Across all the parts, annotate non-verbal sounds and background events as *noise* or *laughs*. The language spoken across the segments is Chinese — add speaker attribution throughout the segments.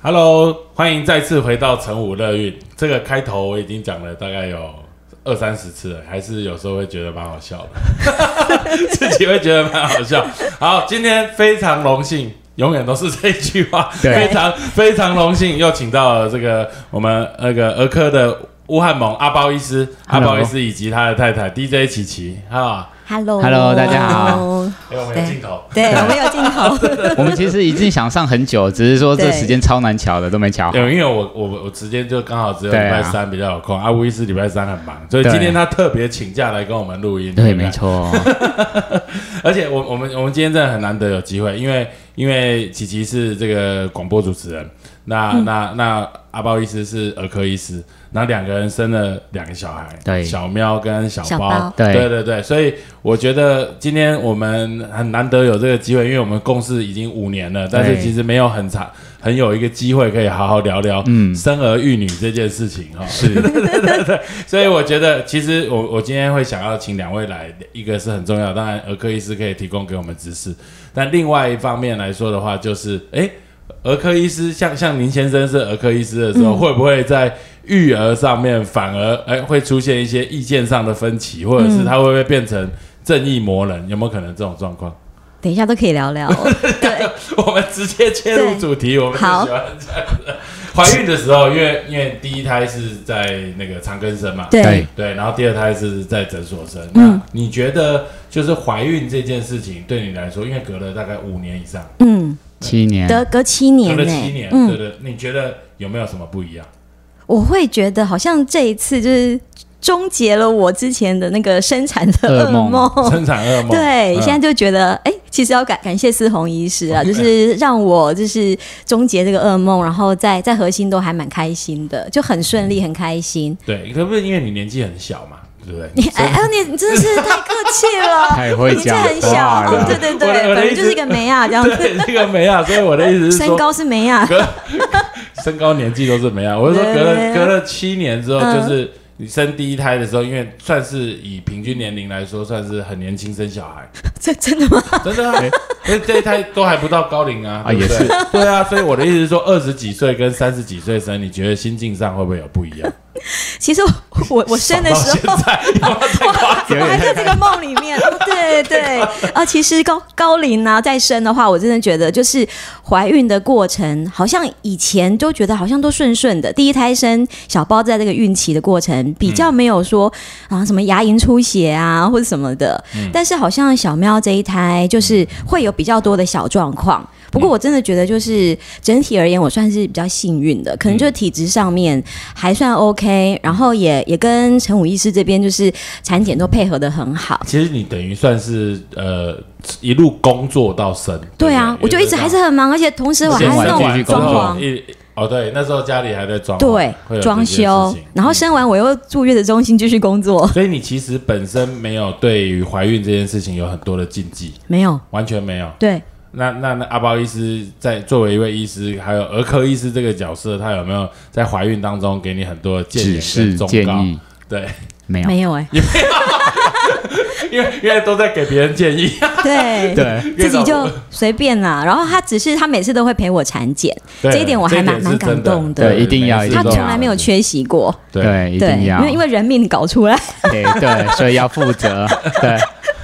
Speaker 1: Hello，欢迎再次回到晨武乐韵。这个开头我已经讲了大概有二三十次了，还是有时候会觉得蛮好笑的，
Speaker 2: *laughs*
Speaker 1: 自己会觉得蛮好笑。好，今天非常荣幸，永远都是这一句话，
Speaker 2: 对
Speaker 1: 非常非常荣幸，又请到了这个我们那个儿科的乌汉蒙阿包医师，阿
Speaker 2: Hello
Speaker 1: 包医师以及他的太太 DJ 琪琪啊，
Speaker 3: Hello
Speaker 2: Hello，大家好。
Speaker 1: 哎，我们有镜头，
Speaker 3: *laughs* 对，我们有镜
Speaker 2: *laughs*
Speaker 3: 头。
Speaker 2: 我们其实已经想上很久，只是说这时间超难瞧的，都没瞧
Speaker 1: *laughs*
Speaker 2: 好
Speaker 1: 对，。因为我我我时间就刚好只有礼
Speaker 2: 对
Speaker 1: 拜
Speaker 2: 啊
Speaker 1: 三比较有空，阿吴医师礼拜三很忙，所以
Speaker 2: 对啊
Speaker 1: 今天他特别请假来跟我们录音。
Speaker 2: 对，
Speaker 1: 不
Speaker 2: 没。错，
Speaker 1: 而且我我们我们今天真的很难得有机会，因为因为琪琪是这个广播主持人，那、
Speaker 2: 嗯
Speaker 1: 那那阿包医师是儿科医师，然后两个人生了两个小孩，
Speaker 2: 对
Speaker 1: 小喵跟小包，
Speaker 3: 小包
Speaker 2: 对
Speaker 1: 对对对，所以我觉得今天我们很难得有这个机会，因为我们共事已经五年了，但是
Speaker 2: 对
Speaker 1: 其实没有很长。很有一个机会可以好好聊聊
Speaker 2: 嗯
Speaker 1: 生儿育女这件事情哈、是， *laughs* 对对对对，所以我觉得其实我我今天会想要请两位来，一个是很重要，当然儿科医师可以提供给我们知识，但另外一方面来说的话，就是诶，儿科医师像像您先生是儿科医师的时
Speaker 2: 嗯
Speaker 1: 候，会不会在育儿上面反而诶会出现一些意见上的分歧，或者是他会不会变成正义魔人？有没有可能这种状况？
Speaker 3: 等一下都可以聊聊。对，
Speaker 1: *laughs* 我们直接切入
Speaker 3: 对
Speaker 1: 主题，我们就
Speaker 3: 好
Speaker 1: 喜欢这样子。怀孕的时候，因为因为第一胎是在那个长庚生嘛，
Speaker 3: 对，嗯
Speaker 1: 对，然后第二胎是在诊所生。那你觉得就是怀孕这件事情对你来说，因为隔了大概五年以上，
Speaker 3: 嗯，
Speaker 2: 七年，
Speaker 3: 隔隔七
Speaker 1: 隔
Speaker 3: 年
Speaker 1: 了
Speaker 3: 呢、
Speaker 1: 七年，对
Speaker 3: 嗯，
Speaker 1: 对，你觉得有没有什么不一样？
Speaker 3: 我会觉得好像这一次就是终结了我之前的那个生产的
Speaker 2: *laughs* 噩
Speaker 1: *laughs*
Speaker 2: 梦
Speaker 3: 梦。
Speaker 1: 生产噩梦，
Speaker 3: 哦对，
Speaker 1: 嗯
Speaker 3: 现在就觉得，哎、其实要感感谢思红医师啊，就是让我就是终结这个噩梦，然后在在核心都还蛮开心的，就很顺利，很开心。
Speaker 1: 对，可不是因为你年纪很小嘛，对不对？
Speaker 3: 你 *laughs* 哎哎呦，你你真的是太客气了，
Speaker 2: 太嗯 *laughs* 会
Speaker 3: 你这
Speaker 2: 讲
Speaker 3: 很小
Speaker 2: 话了
Speaker 3: 哦，对对
Speaker 1: 我的
Speaker 3: 对，
Speaker 1: 我的
Speaker 3: 本
Speaker 1: 意
Speaker 3: 人
Speaker 1: 思
Speaker 3: 就是一个梅亚这样子。
Speaker 1: 对，这个没啊，所以我的意思是
Speaker 3: 身
Speaker 1: 说，
Speaker 3: 高是没啊，
Speaker 1: 身高年纪都是没啊。我是说，
Speaker 3: 对
Speaker 1: 隔
Speaker 3: 对
Speaker 1: 了
Speaker 3: 啊
Speaker 1: 隔了七年之后，
Speaker 3: 嗯
Speaker 1: 就是你生第一胎的时候，因为算是以平均年龄来说，算是很年轻生小孩，
Speaker 3: 真 *laughs* 真的吗？
Speaker 1: 真
Speaker 3: *laughs*
Speaker 1: 的啊，因为这一胎都还不到高龄啊，
Speaker 2: 啊
Speaker 1: 对不对
Speaker 2: 也是，
Speaker 1: 对啊。所以我的意思是说，二十几岁跟三十几岁生，你觉得心境上会不会有不一样？
Speaker 3: 其实我我我生的时
Speaker 1: 爽
Speaker 3: 候
Speaker 1: 到现。在有没有太夸张？
Speaker 3: 我还在这个梦里面，哦对对啊，其实高高龄啊，再生的话，我真的觉得就是怀孕的过程，好像以前都觉得好像都顺顺的。第一胎生小包，在这个孕期的过程，比较没有说、啊什么牙龈出血啊或者什么的，但是好像小喵这一胎就是会有比较多的小状况。不过我真的觉得，就是整体而言，我算是比较幸运的，可能就是体质上面还算 OK，然后也也跟陈武医师这边就是产检都配合的很好。
Speaker 1: 其实你等于算是呃一路工作到生，
Speaker 3: 对啊，
Speaker 1: 不
Speaker 3: 我就一直还是很忙，而且同时我还
Speaker 2: 先
Speaker 3: 要
Speaker 2: 玩
Speaker 3: 弄
Speaker 2: 继续工
Speaker 3: 装
Speaker 2: 作
Speaker 3: 潢，
Speaker 1: 一哦，对，那时候家里还在装潢，
Speaker 3: 对
Speaker 1: 会有，这
Speaker 3: 装
Speaker 1: 件事情嗯
Speaker 3: 修，然后生完我又住月子中心继续工作，
Speaker 1: 所以你其实本身没有对于怀孕这件事情有很多的禁忌，
Speaker 3: *laughs* 没有，
Speaker 1: 完全没有。
Speaker 3: 对，
Speaker 1: 那那那阿包医师在作为一位医师，还有儿科医师这个角色，他有没有在怀孕当中给你很多的建
Speaker 2: 只
Speaker 1: 议跟
Speaker 2: 是
Speaker 1: 忠
Speaker 2: 建
Speaker 1: 告？
Speaker 2: 议，
Speaker 1: 对， *laughs*
Speaker 2: 没有。
Speaker 3: 没有哎，
Speaker 1: 因为因为都在给别人建议，
Speaker 3: 对。
Speaker 2: 对，
Speaker 3: 自己就随便啦，然后他只是他每次都会陪我产检，
Speaker 1: 对
Speaker 3: 这一点我还蛮
Speaker 1: 这一点是
Speaker 3: 蛮感
Speaker 1: 真的
Speaker 3: 动的
Speaker 2: 对一定要
Speaker 1: 每次
Speaker 2: 一定
Speaker 3: 他
Speaker 2: 要
Speaker 1: 都
Speaker 3: 从来没有缺席过，
Speaker 2: 对，一
Speaker 3: 对，
Speaker 2: 定
Speaker 3: 因
Speaker 2: 要，
Speaker 3: 为因为人命搞出来，
Speaker 2: *laughs* 对对，所以要负责。对，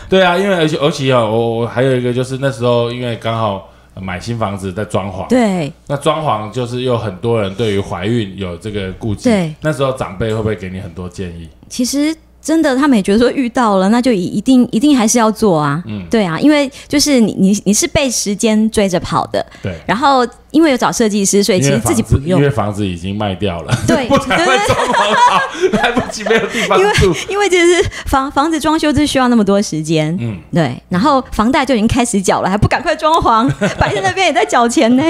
Speaker 1: 对啊，因为而且而且啊，我我还有一个就是那时候因为刚好呃买新房子在装潢，
Speaker 3: *laughs* 对，
Speaker 1: 那装潢就是有很多人对于怀孕有这个顾忌，
Speaker 3: 对
Speaker 1: 那时候长辈会不会给你很多建议？
Speaker 3: 其实真的，他们也觉得说遇到了，那就一一定一定还是要做啊，
Speaker 1: 嗯
Speaker 3: 对啊，因为就是你你你是被时间追着跑的，
Speaker 1: 对。
Speaker 3: 然后因为有找设计师，所以其
Speaker 1: 因为
Speaker 3: 实
Speaker 1: 房
Speaker 3: 自
Speaker 1: 子
Speaker 3: 己不用
Speaker 1: 因，为房子已经卖掉了，
Speaker 3: *laughs*
Speaker 1: *laughs*
Speaker 3: 对
Speaker 1: 不才会装潢好，来不及没有地方
Speaker 3: 因为
Speaker 1: 住。
Speaker 3: 因为就是房房子装修就是需要那么多时间，
Speaker 1: 嗯，
Speaker 3: 对，然后房贷就已经开始缴了，还不赶快装
Speaker 1: *laughs*
Speaker 3: 潢，摆在那边也在缴钱呢。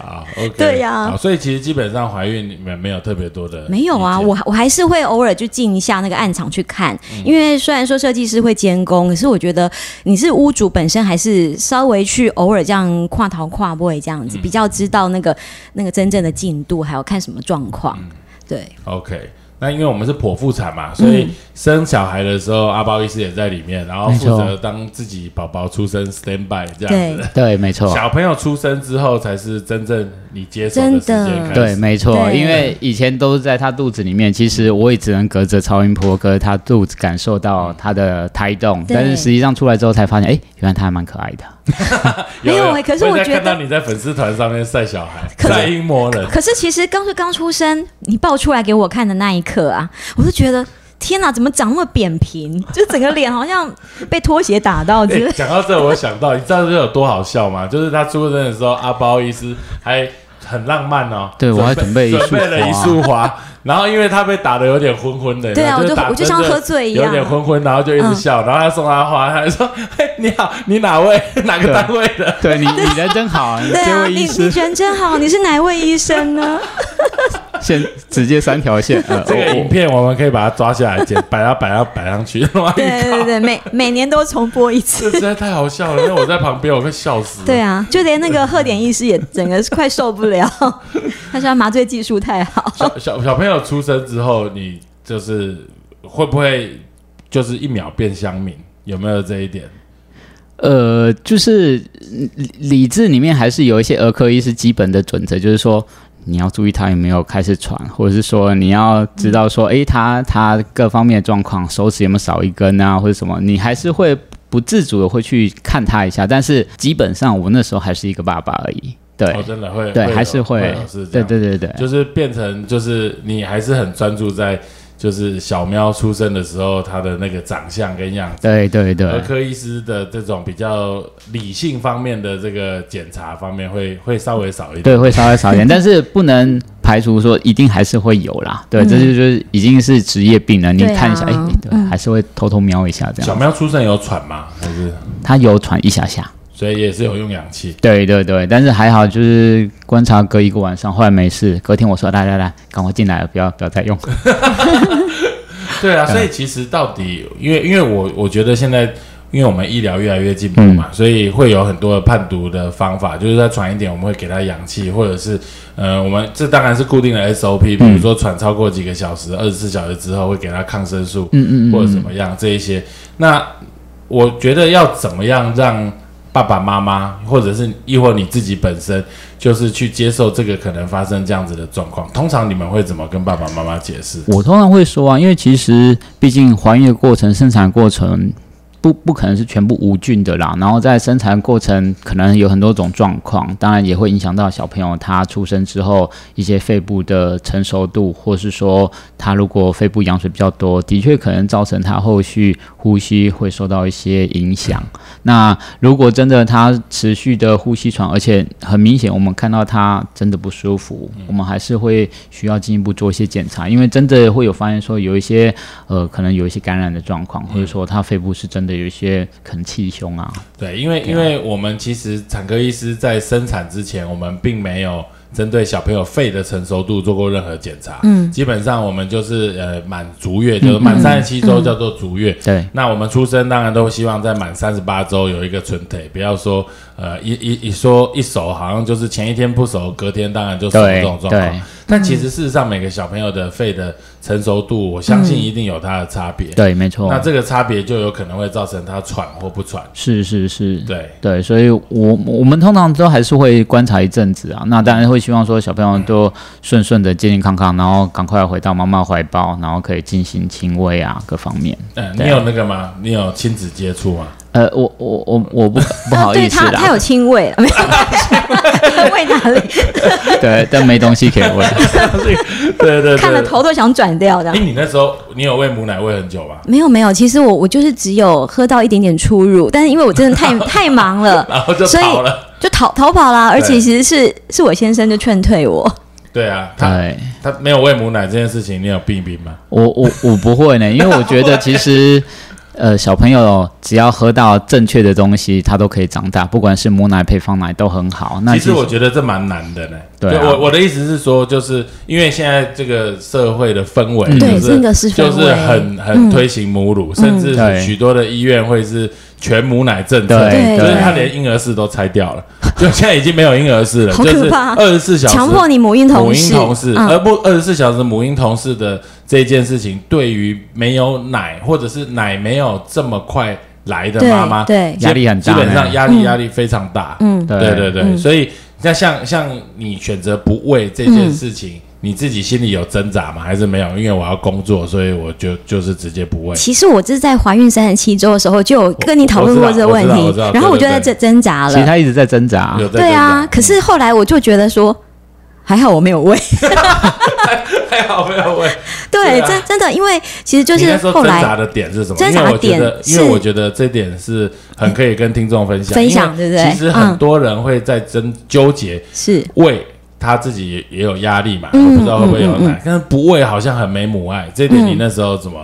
Speaker 1: 好，OK，
Speaker 3: *laughs* 对呀
Speaker 1: 好所以其实基本上怀孕你们没有啊特别多的意见，
Speaker 3: 没有啊，我还我还是会偶尔就进一下那个暗场去看，
Speaker 1: 嗯
Speaker 3: 因为虽然说设计师会监工，可是我觉得你是屋主本身，还是稍微去偶尔这样跨头跨位这样
Speaker 1: 嗯
Speaker 3: 子，比较知道那个那个真正的进度，还有看什么状况。
Speaker 1: 嗯
Speaker 3: 对，
Speaker 1: OK。那因为我们是剖腹产嘛，所以生小孩的时候，阿包医师也在里面，然后
Speaker 2: 没
Speaker 1: 负
Speaker 2: 错
Speaker 1: 责当自己宝宝出生 stand by 这样子。
Speaker 2: 对，没错，
Speaker 1: 小朋友出生之后，才是真正你接手的
Speaker 3: 真
Speaker 1: 时间
Speaker 3: 的
Speaker 1: 开
Speaker 2: 对，
Speaker 1: 始。
Speaker 2: 没错，
Speaker 3: 对
Speaker 2: 因为以前都是在他肚子里面，其实我也只能隔着超音波，隔着他肚子感受到他的胎动，
Speaker 3: 对
Speaker 2: 但是实际上出来之后才发现，哎，原来他还蛮可爱的。
Speaker 3: 没有欸可是我
Speaker 1: 在
Speaker 3: 觉
Speaker 1: 看
Speaker 3: 得
Speaker 1: 到你在粉丝团上面晒小孩，
Speaker 3: 可是
Speaker 1: 晒阴魔人，
Speaker 3: 可是其实刚是刚出生，你抱出来给我看的那一刻啊，我就觉得天哪，怎么长那么扁平？就整个脸好像被拖鞋打到之类
Speaker 1: 欸讲到这，我想到，你知道这有多好笑吗？就是他出生的时候，阿包医师还很浪漫哦。
Speaker 2: 对
Speaker 1: 准
Speaker 2: 我还准备一束
Speaker 1: 准备了一
Speaker 2: 花
Speaker 1: 束花，然后因为他被打的有点昏昏的，
Speaker 3: 对啊
Speaker 1: 然后
Speaker 3: 我就
Speaker 1: 打
Speaker 3: 我就像喝醉一样
Speaker 1: 有点昏昏，然后就一直
Speaker 3: 嗯
Speaker 1: 笑，然后他送他花，他就说：“嘿，你好，你哪
Speaker 2: *laughs*
Speaker 1: 位哪个单位的
Speaker 2: 对你，你人真好，你
Speaker 3: 对
Speaker 2: 这
Speaker 3: 啊，
Speaker 2: 位
Speaker 3: 你
Speaker 2: 医
Speaker 3: 你
Speaker 2: 师
Speaker 3: 人真好，你是哪位医生呢？
Speaker 2: 先直接三条线，呃，？”
Speaker 1: 这个
Speaker 2: 我
Speaker 1: 影片我们可以把它抓下来剪，摆到摆到摆上去，哇
Speaker 3: 对对对对，每每年都重播
Speaker 1: *laughs*
Speaker 3: 一
Speaker 1: 这
Speaker 3: 次。
Speaker 1: 实在太好笑了，因为我在旁边，我快笑死了。
Speaker 3: 对啊，就连那个贺典医师也整个快受不了，他说他麻醉技术太好。
Speaker 2: 哦
Speaker 1: 小小小朋友出生之后，你就是会不会就是一秒变乡民？有没有这一点？
Speaker 2: 呃，就是嗯理理智里面还是有一些儿科医师基本的准则，就是说你要注意他有没有开始喘，或者是说你要知道说，诶，他他各方面的状况，手指有没有少一根啊，或者什么，你还是会不自主的会去看他一下。但是基本上我那时候还是一个爸爸而已，对、
Speaker 1: 哦、真的会，
Speaker 2: 对，
Speaker 1: 有
Speaker 2: 还是会
Speaker 1: 有是，这
Speaker 2: 对
Speaker 1: 样，
Speaker 2: 对对对，
Speaker 1: 就是变成就是你还是很专注在就是小喵出生的时候它的那个长相跟样子。
Speaker 2: 对对
Speaker 1: 儿
Speaker 2: 对。
Speaker 1: 科医师的这种比较理性方面的这个检查方面会会稍微少一点，
Speaker 2: 对，会稍微少一点，但是不能排除说一定还是会有啦。对，这就就是已经是职业病了。你
Speaker 3: 嗯对啊
Speaker 2: 看一下，哎、对，还是会偷偷瞄一下这
Speaker 1: 小
Speaker 2: 样。
Speaker 1: 喵出生有喘吗？还是
Speaker 2: 他有喘一下下，
Speaker 1: 所以也是有用氧气。
Speaker 2: 对对对，但是还好，就是观察隔一个晚上，后来没事。隔天我说来来来，赶快进来，不要不要再用。
Speaker 1: *laughs* 对啊，所以其实到底，因为因为我我觉得现在，因为我们医疗越来越进步嘛，所以会有很多的判读的方法，就是在喘一点，我们会给他氧气，或者是呃，我们这当然是固定的 SOP，比如说喘超过几个小时，二十四小时之后会给他抗生素，嗯嗯或者怎么样这一些。那我觉得要怎么样让爸爸妈妈，或者是亦或你自己本身，就是去接受这个可能发生这样子的状况。通常你们会怎么跟爸爸妈妈解释？
Speaker 2: 我通常会说啊，因为其实毕竟怀孕的过程、生产过程。不不可能是全部无菌的啦，然后在生产过程可能有很多种状况，当然也会影响到小朋友他出生之后一些肺部的成熟度，或是说他如果肺部羊水比较多，的确可能造成他后续呼吸会受到一些影响。那如果真的他持续的呼吸喘，而且很明显我们看到他真的不舒服，
Speaker 1: 嗯
Speaker 2: 我们还是会需要进一步做一些检查，因为真的会有发现说有一些呃可能有一些感染的状况，
Speaker 1: 嗯
Speaker 2: 或者说他肺部是真的有一些可能气胸啊，
Speaker 1: 对，因为因为我们其实产科医师在生产之前，我们并没有针对小朋友肺的成熟度做过任何检查。嗯，基本上我们就是呃满足月，
Speaker 2: 嗯
Speaker 1: 就是满三十七周叫做足月。
Speaker 2: 对。
Speaker 1: 那我们出生当然都希望在满三十八周有一个纯腿，不要说呃一一一说一熟，好像就是前一天不熟，隔天当然就熟这
Speaker 2: 对
Speaker 1: 种状
Speaker 2: 对
Speaker 1: 况。但其实事实上，每个小朋友的肺的成熟度，我相信一定有它的差别。
Speaker 2: 嗯对，没错
Speaker 1: 那，这个差别就有可能会造成他喘或不喘。
Speaker 2: 是是是，
Speaker 1: 对，
Speaker 2: 对，所以我我们通常都还是会观察一阵子啊。那当然会希望说小朋友都顺顺的、健健康康，然后赶快回到妈妈怀抱，然后可以进行亲喂啊，各方面。
Speaker 1: 嗯，
Speaker 2: 对
Speaker 1: 你有那个吗？你有亲子接触吗？
Speaker 2: 呃，我我我我不不好
Speaker 3: 对
Speaker 2: 意思
Speaker 3: 他，他
Speaker 2: 啦，
Speaker 3: 有亲喂，没有喂那里，
Speaker 2: 对，但没东西可以喂。
Speaker 1: 对对对，
Speaker 3: 看了头都想转掉的
Speaker 1: 哎，。你那时候你有喂母奶喂很久吧？ *laughs*
Speaker 3: 没有没有，其实我我就是只有喝到一点点出入，但是因为我真的
Speaker 1: *laughs*
Speaker 3: 太太忙了，
Speaker 1: 然后就
Speaker 3: 所以
Speaker 1: 跑了。
Speaker 3: 就逃逃跑啦。而且
Speaker 1: 对
Speaker 3: 其实是是我先生就劝退
Speaker 1: *laughs*
Speaker 3: 我，
Speaker 1: 对啊，他
Speaker 2: 对，
Speaker 1: 他没有喂母奶这件事情，你有避避吗？
Speaker 2: 我我我不会呢，因为我觉得其实。呃，小朋友只要喝到正确的东西，他都可以长大，不管是母奶、配方奶都很好。那
Speaker 1: 其实我觉得这蛮难的呢。
Speaker 2: 对啊
Speaker 1: 我我的意思是说，就是因为现在这个社会的氛围，
Speaker 2: 嗯
Speaker 1: 就是
Speaker 3: 对这个是氛
Speaker 1: 就
Speaker 3: 围嗯
Speaker 1: 是很很推行母乳，甚至
Speaker 2: 对
Speaker 1: 许多的医院会是全母奶政策，
Speaker 2: 对
Speaker 1: 就是
Speaker 2: 对
Speaker 1: 他连婴儿室都拆掉了，就现在已经没有婴儿室了，
Speaker 3: 好
Speaker 1: 就是
Speaker 3: 可怕
Speaker 1: 二十四小时
Speaker 3: 强迫你母婴
Speaker 1: 母
Speaker 3: 同
Speaker 1: 婴
Speaker 3: 事，
Speaker 1: 同事，
Speaker 3: 嗯
Speaker 1: 而不二十四小时母婴同事的这件事情，对于没有奶或者是奶没有这么快来的
Speaker 3: 对
Speaker 1: 妈妈，
Speaker 3: 对
Speaker 1: 基
Speaker 2: 压力很大欸
Speaker 1: 基本上
Speaker 2: 呢
Speaker 1: 压力压力非常大。
Speaker 3: 嗯
Speaker 2: 对
Speaker 1: 对对对，所以那像像你选择不喂这件事情。你自己心里有挣扎吗？还是没有？因为我要工作，所以我就就是直接不喂。
Speaker 3: 其实我是在怀孕三十七周的时候就有跟你讨论过这个问
Speaker 1: 我我
Speaker 3: 题
Speaker 1: 知道我知道，
Speaker 3: 然后我就
Speaker 1: 对对
Speaker 3: 在
Speaker 1: 对
Speaker 3: 这挣扎
Speaker 2: 其实
Speaker 3: 了。
Speaker 2: 他一直在挣扎
Speaker 1: 有，在
Speaker 3: 对啊
Speaker 1: 挣，扎嗯
Speaker 3: 可是后来我就觉得说，还好我没有喂。 *laughs*
Speaker 1: 还好 *laughs* 没有喂。对
Speaker 3: 对，
Speaker 1: 啊
Speaker 3: 真真的，因为其实就
Speaker 1: 你
Speaker 3: 是
Speaker 1: 那时候
Speaker 3: 后
Speaker 1: 挣扎
Speaker 3: 来
Speaker 1: 的点是什么？
Speaker 3: 挣
Speaker 1: 因为
Speaker 3: 扎
Speaker 1: 我觉得
Speaker 3: 点是
Speaker 1: 因为我觉得这点是很可以跟听众分享，
Speaker 3: 分享
Speaker 1: 因为
Speaker 3: 对不对嗯
Speaker 1: 其实很多人会在争纠结
Speaker 3: 是
Speaker 1: 喂。他自己也也有压力嘛，
Speaker 3: 嗯
Speaker 1: 我不知道会不会有奶，但是不喂好像很没母爱，这点你那时候怎么？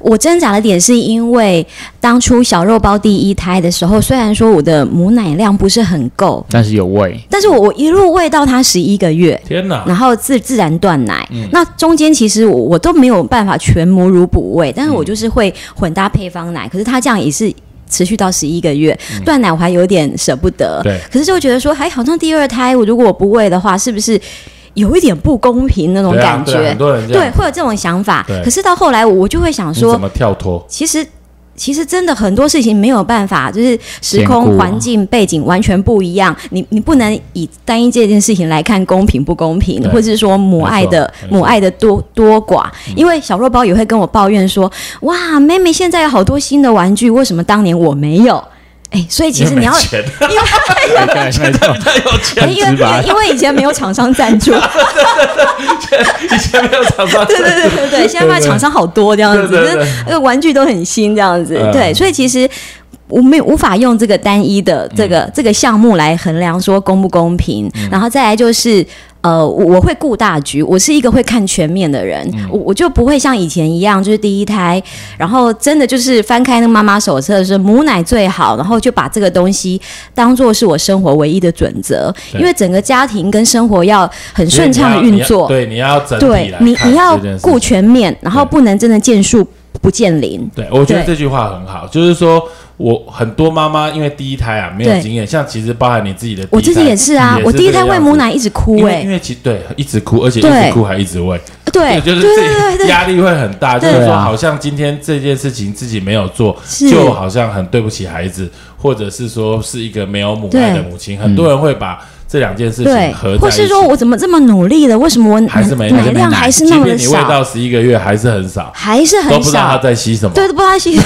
Speaker 3: 我挣扎的点，是因为当初小肉包第一胎的时候，虽然说我的母奶量不是很够，
Speaker 2: 但是有喂，
Speaker 3: 但是我我一路喂到它十一个月，
Speaker 1: 天哪！
Speaker 3: 然后自自然断奶。
Speaker 1: 嗯
Speaker 3: 那中间其实我我都没有办法全母乳补喂，但是
Speaker 1: 嗯
Speaker 3: 我就是会混搭配方奶。可是它这样也是。持续到十一个月断奶，我还有点舍不得。
Speaker 1: 嗯对
Speaker 3: 可是就觉得说，哎，好像第二胎我如果我不喂的话，是不是有一点不公平那种
Speaker 1: 对啊
Speaker 3: 感觉？
Speaker 1: 对啊很多人这
Speaker 3: 对
Speaker 1: 样，
Speaker 3: 会有这种想法
Speaker 1: 对。
Speaker 3: 可是到后来，我我就会想
Speaker 1: 你
Speaker 3: 说
Speaker 1: 怎，么跳脱？
Speaker 3: 其实其实真的很多事情没有办法，就是时
Speaker 2: 兼顾
Speaker 3: 空、
Speaker 2: 啊
Speaker 3: 环境、背景完全不一样，你你不能以单一这件事情来看公平不公平
Speaker 1: 对，
Speaker 3: 或者是说母爱的
Speaker 1: 没错没错
Speaker 3: 母爱的多多寡。因为小肉包也会跟我抱怨说：“哇，妹妹现在有好多新的玩具，为什么当年我没有？”哎，所以其实
Speaker 1: 因为 *laughs*
Speaker 3: 你要
Speaker 1: 没。钱
Speaker 2: 对，没错，
Speaker 3: 哎因为
Speaker 2: 很直白
Speaker 3: 因为以前没有厂商赞助，
Speaker 1: 以前没有找到
Speaker 3: 对对对对对，现在卖厂商好多这样子，
Speaker 1: 对对对
Speaker 3: 就是那个玩具都很新这样子，
Speaker 1: 嗯
Speaker 3: 对，所以其实。我没有无法用这个单一的这个、
Speaker 1: 嗯
Speaker 3: 这个项目来衡量说公不公平，然后再来就是呃，我我会顾大局，我是一个会看全面的人，
Speaker 1: 嗯
Speaker 3: 我我就不会像以前一样，就是第一胎，然后真的就是翻开那个妈妈手册是母奶最好，然后就把这个东西当做是我生活唯一的准则，
Speaker 1: 对
Speaker 3: 因为整个家庭跟生活要很 *laughs* 顺畅的运作，
Speaker 1: 对，你要整体
Speaker 3: 对
Speaker 1: 来
Speaker 3: 你，
Speaker 1: 看
Speaker 3: 你要
Speaker 1: 这件事情
Speaker 3: 顾全面，然后
Speaker 1: 对
Speaker 3: 不能真的见树不见林。
Speaker 1: 对，我觉得
Speaker 3: 对
Speaker 1: 这句话很好，就是说我很多妈妈因为第一胎啊没有
Speaker 3: 对
Speaker 1: 经验，像其实包含你自己的第一胎，
Speaker 3: 我自己也是啊，我第一
Speaker 1: 这
Speaker 3: 胎
Speaker 1: 个
Speaker 3: 喂
Speaker 1: 样子
Speaker 3: 母奶一直哭
Speaker 1: 因为
Speaker 3: 哎、
Speaker 1: 因为其对一直哭，而且一直
Speaker 3: 对
Speaker 1: 哭还一直喂，
Speaker 3: 对
Speaker 1: 就
Speaker 3: 对
Speaker 1: 是
Speaker 3: 对
Speaker 1: 自
Speaker 3: 对
Speaker 1: 己
Speaker 3: 对，
Speaker 1: 压力会很大，就
Speaker 3: 对
Speaker 1: 是说
Speaker 2: 对啊
Speaker 1: 好像今天这件事情自己没有做，
Speaker 3: 是
Speaker 1: 就好像很对不起孩子，或者是说是一个没有母爱的
Speaker 3: 对
Speaker 1: 母亲，很多人会把这两件事情
Speaker 3: 对
Speaker 1: 合在一起，
Speaker 3: 或是说我怎么这么努力了，为什么我
Speaker 1: 还
Speaker 3: 奶
Speaker 1: 是没
Speaker 3: 奶量还是那
Speaker 1: 即
Speaker 3: 么
Speaker 1: 便
Speaker 3: 的
Speaker 1: 你喂
Speaker 3: 少，
Speaker 1: 到十一个月还是很少，
Speaker 3: 还是
Speaker 1: 都
Speaker 3: 很
Speaker 1: 不知道他
Speaker 3: 少？
Speaker 1: 在吸什么。
Speaker 3: 对，都不知
Speaker 1: *laughs*
Speaker 3: 道吸。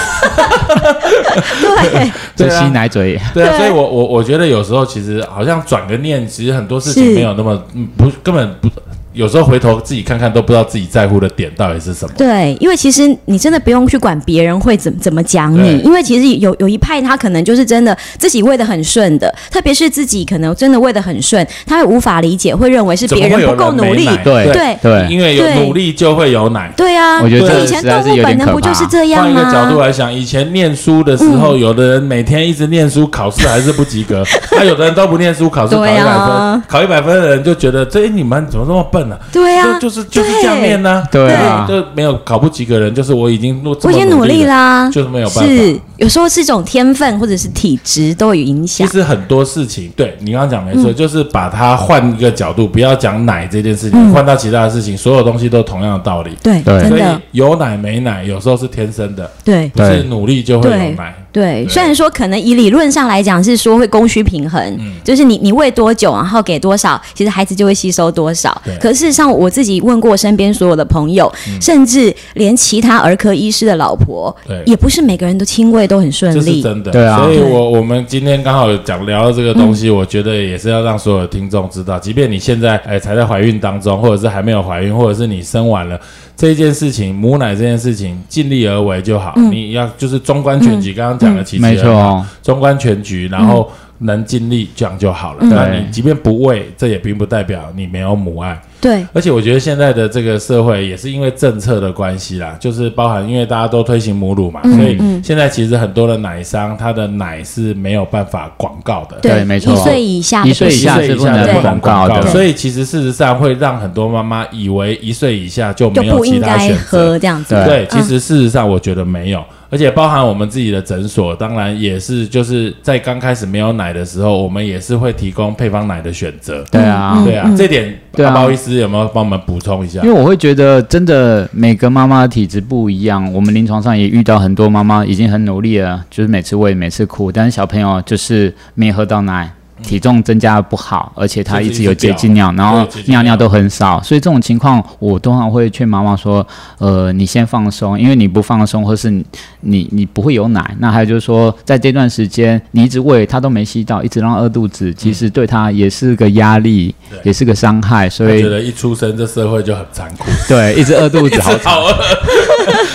Speaker 3: 对
Speaker 2: 就
Speaker 1: 对啊
Speaker 2: 吸奶嘴，
Speaker 1: *laughs* 对啊，
Speaker 3: 对
Speaker 1: 所以我我我觉得有时候其实好像转个念，其实很多事情
Speaker 3: 是
Speaker 1: 没有那么嗯不根本不，有时候回头自己看看都不知道自己在乎的点到底是什么。
Speaker 3: 对，因为其实你真的不用去管别人会怎怎么讲你，
Speaker 1: 对
Speaker 3: 因为其实有有一派他可能就是真的自己喂的很顺的，特别是自己可能真的喂的很顺，他会无法理解，会认为是
Speaker 1: 怎么
Speaker 3: 别
Speaker 1: 会有
Speaker 3: 不够
Speaker 1: 人没
Speaker 3: 努力，
Speaker 1: 奶
Speaker 2: 对
Speaker 3: 对
Speaker 2: 对，
Speaker 1: 因为有
Speaker 3: 对
Speaker 1: 努力就会有奶。
Speaker 3: 对啊，
Speaker 2: 我觉得
Speaker 3: 所以
Speaker 2: 这
Speaker 3: 以前
Speaker 2: 实在
Speaker 3: 动
Speaker 2: 是
Speaker 3: 物
Speaker 2: 有点
Speaker 3: 本能
Speaker 2: 可
Speaker 3: 不就是
Speaker 2: 怕
Speaker 3: 这样
Speaker 1: 换一个
Speaker 3: 吗？嗯
Speaker 1: 角度来啊想，以前念书的时候，有的人每天一直念书，考试还是不及
Speaker 3: *laughs*
Speaker 1: 格；那有的人都不念书，考试考一
Speaker 3: 对
Speaker 1: 百
Speaker 3: 啊
Speaker 1: 分，考一百分的人就觉得，这哎你们怎么这么笨啊？
Speaker 3: 对啊，
Speaker 1: 就就是就是这样念呢。
Speaker 2: 对啊
Speaker 1: 就没有考不及格的人，就是我已经我
Speaker 3: 我已经努力啦，
Speaker 1: 就是没有办法。
Speaker 3: 是有时候是一种天分或者是体质都有影
Speaker 1: 其
Speaker 3: 响。
Speaker 1: 实很多事情，对你刚刚讲没错，就是把它换一个角度，不要讲奶这件事情，换到其他的事情，所有东西都同样的道理。
Speaker 3: 对，
Speaker 2: 对
Speaker 3: 真
Speaker 1: 所以
Speaker 3: 的，
Speaker 1: 有奶没奶，有时候是天生的，
Speaker 3: 对
Speaker 1: 不是
Speaker 2: 对
Speaker 1: 努力就会有
Speaker 3: 对
Speaker 1: 奶。
Speaker 3: 对
Speaker 1: 对。
Speaker 3: 虽然说可能以理论上来讲是
Speaker 1: 嗯
Speaker 3: 说会供需平衡，就是你你喂多久，然后给多少，其实孩子就会吸收多少
Speaker 1: 对。嗯
Speaker 3: 可可事实上，我自己问过身边所有的朋友，甚至连其他儿科医师的老婆
Speaker 1: 对，
Speaker 3: 也不是每个人都亲喂都很顺
Speaker 1: 这是
Speaker 3: 利。
Speaker 1: 真的，
Speaker 2: 对啊
Speaker 1: 所以我我们今天刚好有讲聊到这个东西，我觉得也是要让所有听众知道，即便你现在哎才在怀孕当中，或者是还没有怀孕，或者是你生完了这一件事情，母奶这件事情尽力而为就好。你要就是中观全局，刚刚讲的其实
Speaker 2: 嗯没错，
Speaker 1: 中观全局，然后
Speaker 3: 嗯
Speaker 1: 能尽力这样就好了。那你即便不喂，这也并不代表你没有母爱。
Speaker 3: 对，
Speaker 1: 而且我觉得现在的这个社会也是因为政策的关系啦，就是包含因为大家都推行母乳嘛，
Speaker 3: 嗯
Speaker 1: 所以现在其实很多的奶商它的奶是没有办法广告的。
Speaker 2: 对没错
Speaker 3: 一岁以下的
Speaker 2: 一岁以下
Speaker 1: 一岁以下
Speaker 3: 是不能
Speaker 1: 广
Speaker 2: 广告的
Speaker 1: 所以其实事实上会让很多妈妈以为一岁以下就
Speaker 3: 就
Speaker 1: 没有
Speaker 3: 不
Speaker 1: 其
Speaker 3: 应
Speaker 1: 他
Speaker 3: 该
Speaker 1: 选择，
Speaker 3: 喝这样子。
Speaker 1: 对，其实事实上我觉得没有，而且包含我们自己的诊所，当然也是就是在刚开始没有奶的时候，我们也是会提供配方奶的选择。
Speaker 2: 对啊，
Speaker 1: 对啊，这点
Speaker 2: 对啊
Speaker 1: 阿包医师有没有帮我们补充一下
Speaker 2: 因？为我会觉得，真的每个妈妈的体质不一样。我们临床上也遇到很多妈妈已经很努力了，就是每次喂每次哭，但是小朋友就是没有喝到奶，体重增加得不好，而且他一直有
Speaker 1: 嗯就是一
Speaker 2: 接
Speaker 1: 直
Speaker 2: 近尿，然后
Speaker 1: 对接近
Speaker 2: 尿尿都很少，所以这种情况我通常会劝妈妈说，呃，你先放松，因为你不放松，或是你你你不会有奶。那还有就是说，在这段时间你一直喂他都没吸到，一直让他饿肚子，其实对他也是个压力，也是个伤害，
Speaker 1: 我
Speaker 2: 所以
Speaker 1: 觉得一出生这社会就很残酷，
Speaker 2: 对，一直饿肚子，好惨。
Speaker 1: 好饿，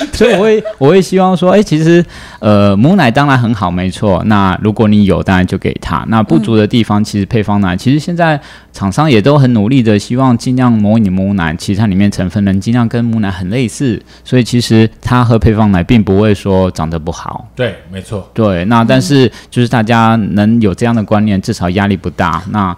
Speaker 2: *laughs* 所以我会我会希望说，哎、其实呃，母奶当然很好，没错。那如果你有，当然就给他。那不足的地方，其实配方奶，其实现在厂商也都很努力的，希望尽量模拟母奶，其实它里面成分能尽量跟母奶很类似。所以其实他喝配方奶，并不会说长得不好。
Speaker 1: 对，没错，
Speaker 2: 对，那但
Speaker 3: 嗯
Speaker 2: 是就是大家能有这样的观念，至少压力不大。那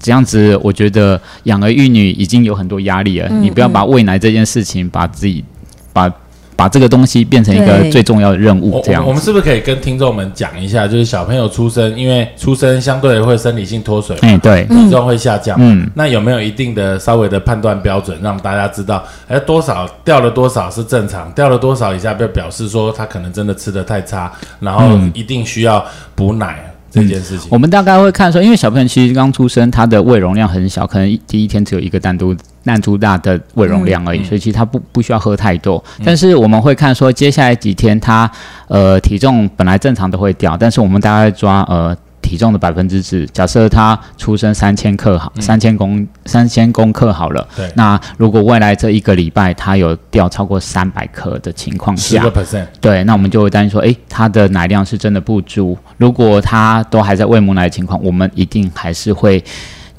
Speaker 2: 这样子，我觉得养儿育女已经有很多压力了，
Speaker 3: 嗯
Speaker 2: 你不要把喂奶这件事情，把自己把把这个东西变成一个
Speaker 3: 对
Speaker 2: 最重要的任务
Speaker 1: 我，
Speaker 2: 这样
Speaker 1: 我我们是不是可以跟听众们讲一下，就是小朋友出生，因为出生相对会生理性脱水嘛，
Speaker 2: 哎、对，
Speaker 1: 体重会下降。
Speaker 2: 嗯
Speaker 1: 那有没有一定的稍微的判断标准，让大家知道，哎，多少掉了多少是正常，掉了多少以下，就表示说他可能真的吃的太差，然后一定需要补奶这件事情。
Speaker 2: 嗯我们大概会看说，因为小朋友其实刚出生，他的胃容量很小，可能一第一天只有一个弹珠弹珠大的胃容量
Speaker 1: 嗯
Speaker 2: 而已，所以其实他不不需要喝太多。但是我们会看说，接下来几天他呃体重本来正常都会掉，但是我们大概抓呃。体重的百分之十，假设他出生三千克好，三千公三千公克好了。
Speaker 1: 嗯对
Speaker 2: 那如果未来这一个礼拜他有掉超过三百克的情况
Speaker 1: 十
Speaker 2: 下
Speaker 1: 个，percent，
Speaker 2: 对，那我们就会担心说，诶，它的奶量是真的不足。如果它都还在喂母奶的情况，我们一定还是会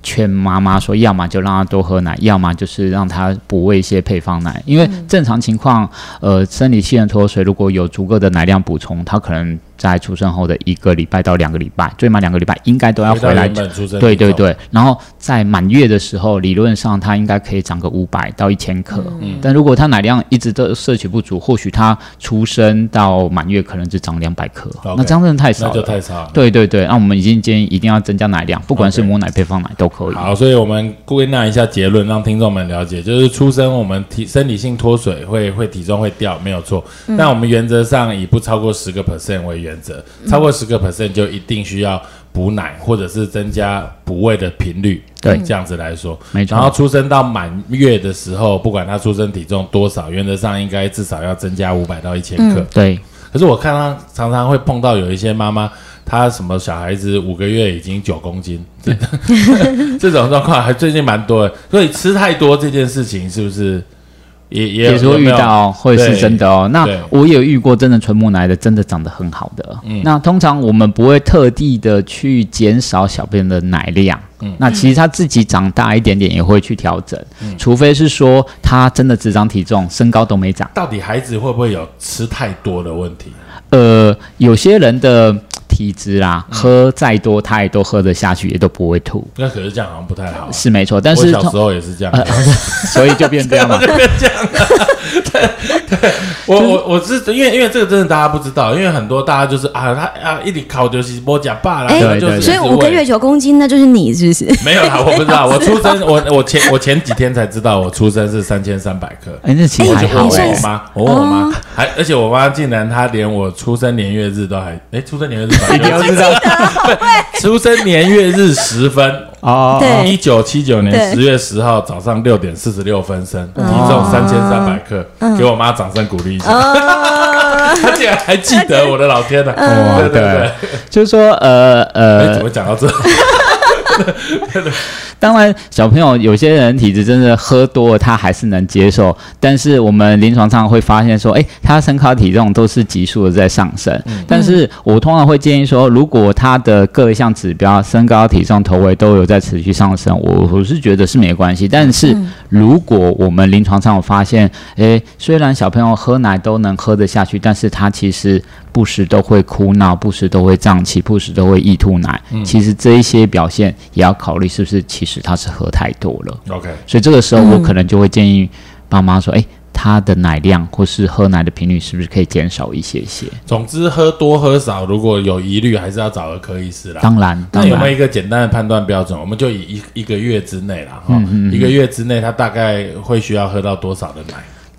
Speaker 2: 劝妈妈说，要么就让她多喝奶，要么就是让她补喂一些配方奶。因为正常情况，呃，生理性的脱水如果有足够的奶量补充，她可能在出生后的一个礼拜到两个礼拜，最慢两个礼拜应该都要啊回来
Speaker 1: 原本出生
Speaker 2: 对
Speaker 1: 体
Speaker 2: 对
Speaker 1: 重，
Speaker 2: 对，然后在满月的时候，理论上它应该可以长个五百到一千克。嗯，但如果它奶量一直都摄取不足，或许它出生到满月可能只长两百克
Speaker 1: OK，
Speaker 2: 那这样真的太
Speaker 1: 那
Speaker 2: 少
Speaker 1: 就
Speaker 2: 了。
Speaker 1: 太差了。
Speaker 2: 对对对，那我们已经建议一定要增加奶量，不管是
Speaker 1: OK
Speaker 2: 母奶、配方奶都可以。
Speaker 1: 好，所以我们归纳一下结论，让听众们了解，就是出生我们体生理性脱水会会体重会掉，没有错。
Speaker 2: 嗯
Speaker 1: 但我们原则上以不超过十个 percent 为原则，超过十个 percent 就一定需要补奶或者是增加补喂的频率。
Speaker 2: 对
Speaker 1: 这样子来说，
Speaker 2: 没错
Speaker 1: 然后出生到满月的时候，不管他出生体重多少，原则上应该至少要增加五百到一千克。
Speaker 2: 对，
Speaker 1: 可是我看他常常会碰到有一些妈妈，她什么小孩子五个月已经九公斤，这 *laughs* 这种状况还最近蛮多的。所以吃太多这件事情是不是也也有
Speaker 2: 也是会遇到哦，会是真的哦。那
Speaker 1: 对嗯
Speaker 2: 我也有遇过真的纯母奶的，真的长得很好的。那通常我们不会特地的去减少小便的奶量。
Speaker 1: 嗯
Speaker 2: 那其实他自己长大一点点也会去调整，
Speaker 1: 嗯
Speaker 2: 除非是说他真的只长体重，身高都没长。
Speaker 1: 到底孩子会不会有吃太多的问题？
Speaker 2: 呃，有些人的体质啦，
Speaker 1: 嗯
Speaker 2: 喝再多他也都喝得下去，也都不会吐，
Speaker 1: 那可是这样好像不太好啊、
Speaker 2: 是没错。但
Speaker 1: 我
Speaker 2: 是
Speaker 1: 小时
Speaker 2: 通呃
Speaker 1: 候也是这样，
Speaker 2: 所以就变这
Speaker 1: *laughs*
Speaker 2: 样嘛。
Speaker 1: 我我我是因为因为这个真的大家不知道，因为很多大家就是啊他啊一直烤就是摸假爸啦，
Speaker 3: 哎
Speaker 1: 然后就是
Speaker 2: 对对对
Speaker 3: 所以五个月九公斤，那就是你是
Speaker 2: *laughs*
Speaker 3: 不是？
Speaker 1: 没有啦，我不知道，我出生我 *laughs* 我前我前几天才知道我出生是三千三百克，
Speaker 2: 哎、那其实
Speaker 1: 我
Speaker 2: 还
Speaker 1: 就
Speaker 2: 好
Speaker 1: 我
Speaker 2: 哎、
Speaker 1: 问我妈，我问我妈，还而且我妈竟然她连我出生年月日都还，哎，出生年月日吧
Speaker 2: 一定要知道
Speaker 1: *laughs* 出生年月日时分，
Speaker 2: *laughs* 哦。
Speaker 3: 对
Speaker 1: 一九七九年
Speaker 3: 对
Speaker 1: 十月十号早上六点四十六分生，体重三千三百克，给我妈掌声鼓励一下。*laughs*
Speaker 3: 呃，
Speaker 1: 她竟然还记得我的老天呐！
Speaker 2: 哇
Speaker 1: 对对对，
Speaker 2: 哦就是说，呃
Speaker 1: 哎，怎
Speaker 2: 呃，
Speaker 1: 么讲到这？ *laughs*
Speaker 2: 当然，小朋友有些人体质真的喝多了，他还是能接受。但是我们临床上会发现说，哎，他身高体重都是急速的在上升。但是我通常会建议说，如果他的各项指标，身高、体重、头围都有在持续上升，我我是觉得是没关系。但是如果我们临床上有发现，诶，虽然小朋友喝奶都能喝得下去，但是他其实不时都会哭闹，不时都会胀气，不时都会易吐奶。
Speaker 1: 嗯
Speaker 2: 其实这一些表现也要考虑是不是其实他是喝太多了。
Speaker 1: OK，
Speaker 2: 所以这个时候我可能就会建议爸妈说，诶，他的奶量或是喝奶的频率是不是可以减少一些些？
Speaker 1: 总之喝多喝少，如果有疑虑，还是要找儿科医师啦。
Speaker 2: 当然，
Speaker 1: 啊那
Speaker 2: 当
Speaker 1: 有没有
Speaker 2: 然，
Speaker 1: 一个简单的判断标准？我们就以一一个月之内啦，
Speaker 2: 嗯
Speaker 1: 哈，一个月之内他大概会需要喝到多少的奶？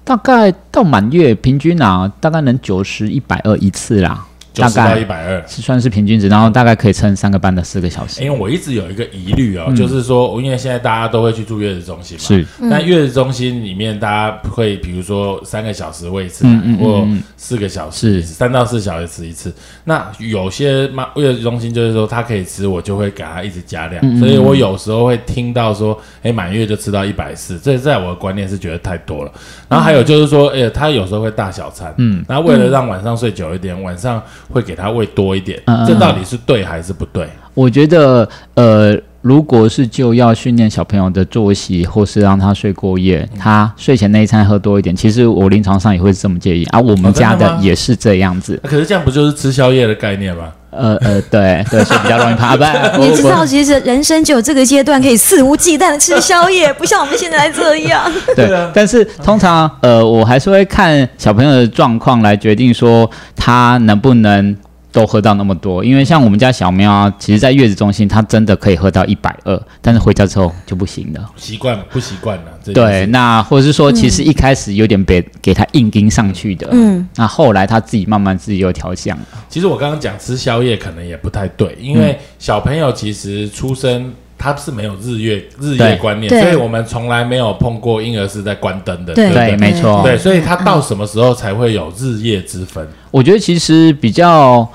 Speaker 2: 大概到满月平均啊，大概能九十一百二一次啦，
Speaker 1: 九
Speaker 2: 大
Speaker 1: 十到一
Speaker 2: 概。
Speaker 1: 百二。
Speaker 2: 是算是平均值，然后大概可以撑三个半到四个小时。
Speaker 1: 因为我一直有一个疑虑哦，就是说，因为现在大家都会去住月子中心嘛，
Speaker 2: 嗯是
Speaker 1: 那月子中心里面，大家会比如说三个小时喂一次奶，
Speaker 2: 嗯
Speaker 1: 或四个小时一次，三到四小时吃一次。那有些妈月子中心就是说，他可以吃，我就会给他一直加量。
Speaker 2: 嗯
Speaker 1: 所以我有时候会听到说，哎，满月就吃到一百四，这在我的观念是觉得太多了。然后还有就是说，哎，他有时候会大小餐，嗯，那为了让晚上睡久一点，晚上会给他喂多一点，
Speaker 2: 嗯嗯
Speaker 1: 这
Speaker 2: 嗯
Speaker 1: 到底是对还是不对？
Speaker 2: 我觉得，呃，如果是就要训练小朋友的作息，或是让他睡过夜，他睡前那一餐喝多一点，其实我临床上也会这么建议啊。我
Speaker 1: 哦
Speaker 2: 们家
Speaker 1: 真的
Speaker 2: 的
Speaker 1: 吗
Speaker 2: 也是这样子，
Speaker 1: 啊可是这样不就是吃宵夜的概念吗？
Speaker 2: 呃呃，对对，所以比较容易怕。啊不，
Speaker 3: 你
Speaker 2: 不
Speaker 3: 知
Speaker 2: 不
Speaker 3: 道，其实人生只有这个阶段可以肆无忌惮的吃宵夜，不像我们现在这样。
Speaker 2: 对
Speaker 1: 对啊，
Speaker 2: 但是通常呃，我还是会看小朋友的状况来决定说他能不能都喝到那么多。因为像我们家小喵啊，其实在月子中心，它真的可以喝到一百二，但是回家之后就不行了。
Speaker 1: 习惯了不习惯了？这件事
Speaker 2: 对，那或者是说，其实一开始有点被给他硬盯上去的，
Speaker 3: 嗯，
Speaker 2: 那后来他自己慢慢自己又调降了，
Speaker 1: 其实我刚刚讲吃宵夜可能也不太对，因
Speaker 2: 嗯
Speaker 1: 为小朋友其实出生他是没有日月日夜
Speaker 2: 对
Speaker 1: 观念，
Speaker 3: 对
Speaker 1: 所以我们从来没有碰过婴儿是在关灯的，
Speaker 3: 对
Speaker 1: 不对？
Speaker 2: 对，没错，
Speaker 1: 对，所以他到什么时候才会有日夜之分？
Speaker 2: 我觉得其实比较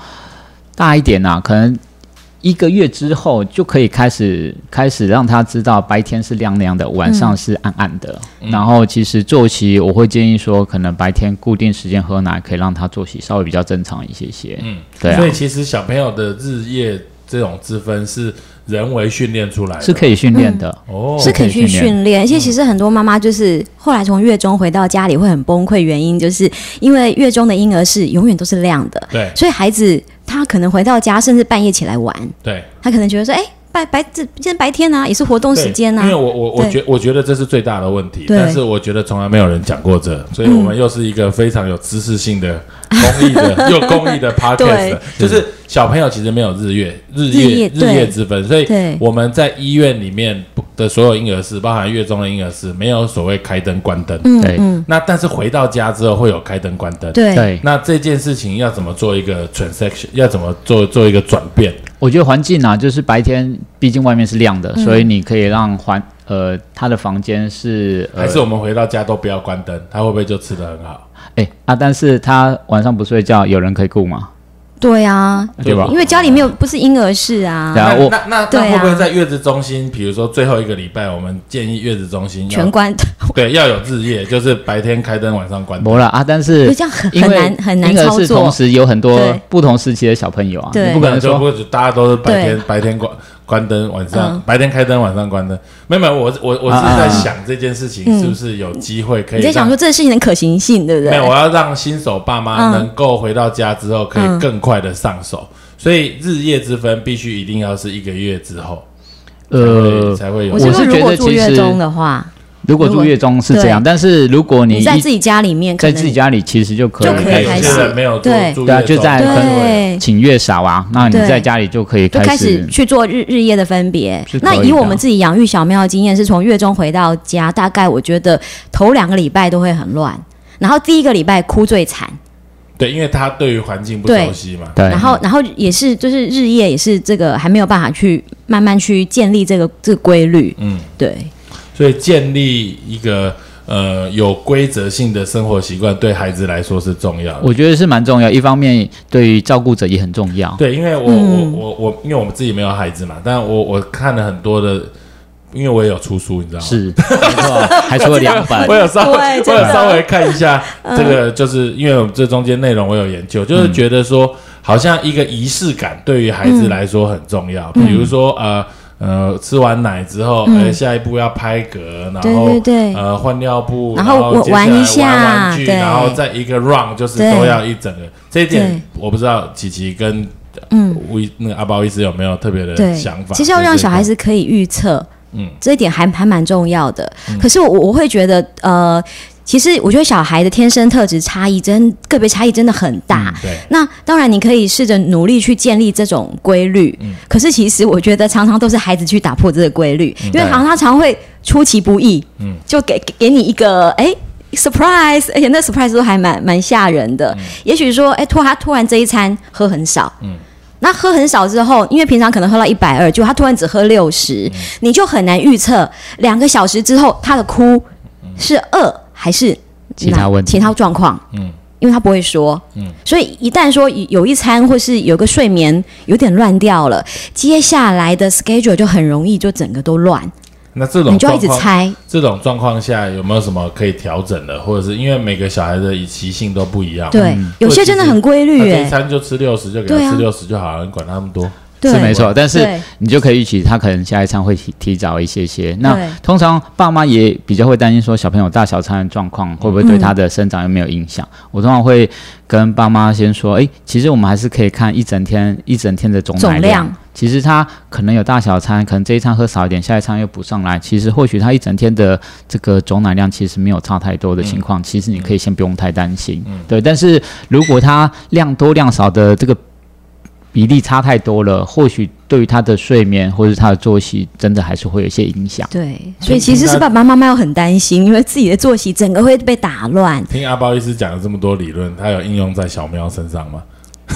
Speaker 2: 大一点啊，可能一个月之后就可以开始开始让他知道白天是亮亮的，晚上是暗暗的。
Speaker 1: 嗯
Speaker 2: 然后其实作息我会建议说，可能白天固定时间喝奶，可以让他作息稍微比较正常一些些。
Speaker 1: 嗯，
Speaker 2: 对啊
Speaker 1: 所以，其实小朋友的日夜这种之分是人为训练出来的，
Speaker 2: 是可以训练的。
Speaker 1: 哦，嗯
Speaker 3: 是可以
Speaker 2: 可以
Speaker 3: 去
Speaker 2: 训练
Speaker 3: 训练，而且其实很多妈妈就是后来从月中回到家里会很崩溃，原因就是因为月中的婴儿是永远都是亮的，
Speaker 1: 对
Speaker 3: 所以孩子他可能回到家甚至半夜起来玩，
Speaker 1: 对。
Speaker 3: 他可能觉得说，哎、白白这今天白天啊，也是活动时间
Speaker 1: 对因为
Speaker 3: 啊，
Speaker 1: 我我我
Speaker 3: 对
Speaker 1: 觉我觉得这是最大的问题，
Speaker 3: 对
Speaker 1: 但是我觉得从来没有人讲过这，所以我们又是一个非常有知识性的、公益
Speaker 3: *laughs*
Speaker 1: 的又公益的 podcast，
Speaker 3: 对
Speaker 1: 就是小朋友其实没有日月日
Speaker 3: 日
Speaker 1: 夜
Speaker 3: 夜
Speaker 1: 日夜
Speaker 3: 对
Speaker 1: 之分，所以
Speaker 3: 对
Speaker 1: 我们在医院里面的所有婴儿室，包含月中的婴儿室，没有所谓开灯关灯。
Speaker 3: 嗯
Speaker 2: 对
Speaker 3: 嗯，
Speaker 1: 那但是回到家之后会有开灯关灯，。
Speaker 3: 对，
Speaker 2: 对，
Speaker 1: 那这件事情要怎么做一个 transaction？要怎么做做一个转变？
Speaker 2: 我觉得环境啊，就是白天毕竟外面是亮
Speaker 3: 嗯
Speaker 2: 的，所以你可以让环呃他的房间是呃
Speaker 1: 还是我们回到家都不要关灯，他会不会就吃得很好？
Speaker 2: 哎、啊，但是他晚上不睡觉，有人可以顾吗？
Speaker 3: 对啊，
Speaker 2: 对吧
Speaker 3: 因为家里没有不是婴儿室啊
Speaker 2: 对，啊
Speaker 1: 那
Speaker 2: 我
Speaker 1: 那那
Speaker 3: 对
Speaker 1: 那
Speaker 3: 啊
Speaker 1: 会不会在月子中心？比如说最后一个礼拜，我们建议月子中心要
Speaker 3: 全关，
Speaker 1: 对要有日夜，就是白天开灯，晚上关灯。
Speaker 2: 没了啊，但
Speaker 3: 就是这样很
Speaker 2: 因
Speaker 3: 很
Speaker 2: 为
Speaker 3: 难很难
Speaker 2: 婴儿
Speaker 3: 操
Speaker 2: 是同
Speaker 3: 作，
Speaker 2: 时有很多
Speaker 3: 对
Speaker 2: 不同时期的小朋友啊，
Speaker 3: 对
Speaker 2: 你不可能
Speaker 1: 就
Speaker 2: 说
Speaker 1: 不就大家都是白天
Speaker 3: 对
Speaker 1: 白天关关灯，晚上、
Speaker 3: 嗯
Speaker 1: 白天开灯，晚上关灯。没有没有，我我我是
Speaker 2: 啊啊
Speaker 1: 在
Speaker 2: 啊
Speaker 1: 想这件事情是不是有机会可以
Speaker 3: 嗯 *laughs* 你在想
Speaker 1: 让
Speaker 3: 说这个事情的可行性，对不
Speaker 1: 没有，
Speaker 3: 对？
Speaker 1: 我要让新手爸妈
Speaker 3: 嗯
Speaker 1: 能够回到家之后可以更快的上手，所以日夜之分必须一定要是一个月之后才会
Speaker 2: 呃，
Speaker 1: 才会有
Speaker 3: 我。是
Speaker 2: 我是
Speaker 3: 说，如
Speaker 2: 觉
Speaker 3: 果
Speaker 2: 得
Speaker 3: 住
Speaker 2: 其
Speaker 3: 月
Speaker 2: 实
Speaker 3: 中的话，
Speaker 2: 如果住月中是这样，
Speaker 3: 对
Speaker 2: 但是如果你
Speaker 3: 你在
Speaker 2: 一
Speaker 3: 自己家里面，可
Speaker 2: 在
Speaker 3: 能
Speaker 2: 自己家里，其实就可
Speaker 3: 就
Speaker 2: 以
Speaker 3: 可以
Speaker 1: 有
Speaker 3: 开
Speaker 1: 些
Speaker 3: 始
Speaker 1: 人没有做
Speaker 3: 对
Speaker 1: 住
Speaker 2: 对啊
Speaker 1: 月
Speaker 2: 就
Speaker 1: 中
Speaker 2: 在
Speaker 1: 对
Speaker 3: 对，
Speaker 2: 请月嫂啊，那你
Speaker 3: 对
Speaker 2: 在家里就可以
Speaker 3: 就开始
Speaker 2: 始。
Speaker 3: 去做日日夜的分别
Speaker 2: 是。可以
Speaker 3: 那
Speaker 2: 的
Speaker 3: 以我们自己养育小喵的经验，是从月中回到家，大概我觉得头两个礼拜都会很乱，然后第一个礼拜哭最惨。
Speaker 1: 对，因为他对于环境不熟悉嘛，
Speaker 2: 对，
Speaker 3: 然后，然后也是，就是日夜也是这个还没有办法去慢慢去建立这个这个规律，
Speaker 1: 嗯，
Speaker 3: 对，
Speaker 1: 所以建立一个呃有规则性的生活习惯，对孩子来说是重要的。
Speaker 2: 我觉得是蛮重要，一方面对于照顾者也很重要。
Speaker 1: 对，因为我、
Speaker 3: 嗯
Speaker 1: 我我我，因为我们自己没有孩子嘛，但我我看了很多的，因为我也有出书，你知道吗？
Speaker 2: 是，没错，还出了两
Speaker 1: 我
Speaker 2: 本，
Speaker 1: 有稍微，
Speaker 3: 对
Speaker 1: 我
Speaker 3: 真
Speaker 1: 有
Speaker 3: 的嗯
Speaker 1: 稍微看一下这个，就是因为我们这中间内容我有研究，
Speaker 2: 嗯
Speaker 1: 就是觉得说，好像一个仪式感对于孩子来说很重要。
Speaker 3: 嗯
Speaker 1: 比如说，呃呃，吃完奶之后，呃，下一步要拍嗝，然
Speaker 3: 对
Speaker 1: 后
Speaker 3: 嗯对对
Speaker 1: 呃换尿布，
Speaker 3: 然后我
Speaker 1: 接下来
Speaker 3: 玩
Speaker 1: 玩
Speaker 3: 一下
Speaker 1: 玩具，
Speaker 3: 对
Speaker 1: 然后再一个 round，就是
Speaker 3: 对
Speaker 1: 都要一整个。这一点
Speaker 3: 对
Speaker 1: 我不知道琪琪跟
Speaker 3: 嗯，
Speaker 1: 吴医那个阿包医师有没有特别的
Speaker 3: 对，
Speaker 1: 想法？
Speaker 3: 其实要让小孩
Speaker 1: 子
Speaker 3: 子可以预测，
Speaker 1: 嗯
Speaker 3: 嗯，这一点还还蛮重要的。可是我我会觉得，呃，其实我觉得小孩的天生特质差异真个别差异真的很大。
Speaker 1: 对。
Speaker 3: 那当然，你可以试着努力去建立这种规律。可是其实我觉得常常都是孩子去打破这个规律，因为
Speaker 2: 对
Speaker 3: 常常常会出其不意，
Speaker 1: 嗯
Speaker 3: 就给给给你一个哎。surprise，而且那 surprise 都还蛮蛮吓人的。
Speaker 1: 嗯
Speaker 3: 也许说，哎、突他突然这一餐喝很少，那喝很少之后，因为平常可能喝到一百二，就他突然只喝六十、
Speaker 1: 嗯
Speaker 3: 你就很难预测两个小时之后他的哭是饿还是
Speaker 2: 其他问题
Speaker 3: 其他状况。
Speaker 1: 嗯
Speaker 3: 嗯，因为他不会说。
Speaker 1: 嗯
Speaker 3: 嗯，所以一旦说有一餐或是有个睡眠有点乱掉了，接下来的 schedule 就很容易就整个都乱，
Speaker 1: 那这种
Speaker 3: 你就要一直
Speaker 1: 状况
Speaker 3: 猜。
Speaker 1: 这种状况下有没有什么可以调整的，或者是因为每个小孩的习性都不一样嘛，
Speaker 3: 对，有些真的很规
Speaker 1: 他
Speaker 3: 律、
Speaker 1: 这一
Speaker 3: 欸，
Speaker 1: 餐就吃六十，就给
Speaker 3: 对
Speaker 1: 他
Speaker 3: 啊
Speaker 1: 吃六十就好了，你管他那么多。
Speaker 3: *laughs* 对，
Speaker 2: 是没错。但是
Speaker 3: 对
Speaker 2: 你就可以预期他可能下一餐会提提早一些些。那
Speaker 3: 对
Speaker 2: 通常爸妈也比较会担心说小朋友大小餐的状况会不会对他的生长有没有影响。
Speaker 3: 嗯
Speaker 2: 我通常会跟爸妈先说，诶，其实我们还是可以看一整天一整天的总奶
Speaker 3: 总量
Speaker 2: 其实他可能有大小餐，可能这一餐喝少一点，下一餐又补上来。其实或许他一整天的这个总奶量其实没有差太多的情
Speaker 3: 嗯
Speaker 2: 况，其实你可以先不用太担心。对，但是如果他量多量少的这个比例差太多了，或许对于他的睡眠或是他的作息，真的还是会有一些影响。
Speaker 3: 对，所以其实是爸爸妈妈要很担心，因为自己的作息整个会被打乱。
Speaker 1: 听阿包医师讲了这么多理论，他有应用在小喵身上吗？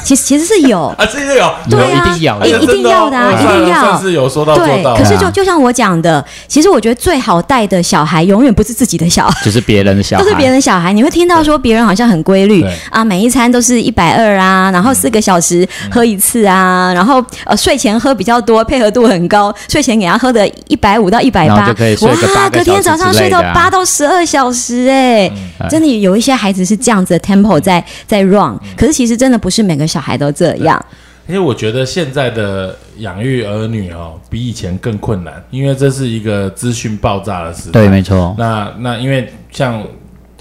Speaker 3: 其实其实是有，
Speaker 1: 啊，这个有，
Speaker 3: 对
Speaker 2: 有一
Speaker 3: 啊，
Speaker 2: 定要的
Speaker 3: 一
Speaker 2: 哎
Speaker 3: 一定要的、啊，
Speaker 1: 哎真
Speaker 3: 一
Speaker 1: 哦
Speaker 3: 定
Speaker 1: 算算
Speaker 3: 要。
Speaker 1: 是有说到做
Speaker 3: 对
Speaker 1: 到，
Speaker 3: 可
Speaker 1: 啊。
Speaker 3: 是就就像我讲的，其实我觉得最好带的小孩永远不是自己的小孩，
Speaker 2: 就是别人的小孩，
Speaker 3: 都是别人的小孩。你会听到说别人好像很规律
Speaker 1: 对
Speaker 3: 啊，每一餐都是一百二啊，然后四个小时
Speaker 2: 嗯
Speaker 3: 喝一次啊，然后呃睡前喝比较多，配合度很高，睡前给他喝的一百五到一百
Speaker 2: 然后
Speaker 3: 八
Speaker 2: 就可以，睡个八
Speaker 3: 哇，
Speaker 2: 个
Speaker 3: 隔天
Speaker 2: 小时
Speaker 3: 早上
Speaker 2: 之类
Speaker 3: 睡到
Speaker 2: 的啊
Speaker 3: 八到十二小时哎、
Speaker 2: 嗯
Speaker 3: 真的有一些孩子是这样子的 tempo 在在 run，可是其实真的不是每个小孩都这样，
Speaker 1: 因为我觉得现在的养育儿女哦，比以前更困难，因为这是一个资讯爆炸的时代。
Speaker 2: 对，没
Speaker 3: 哦
Speaker 2: 错，
Speaker 1: 那那因为像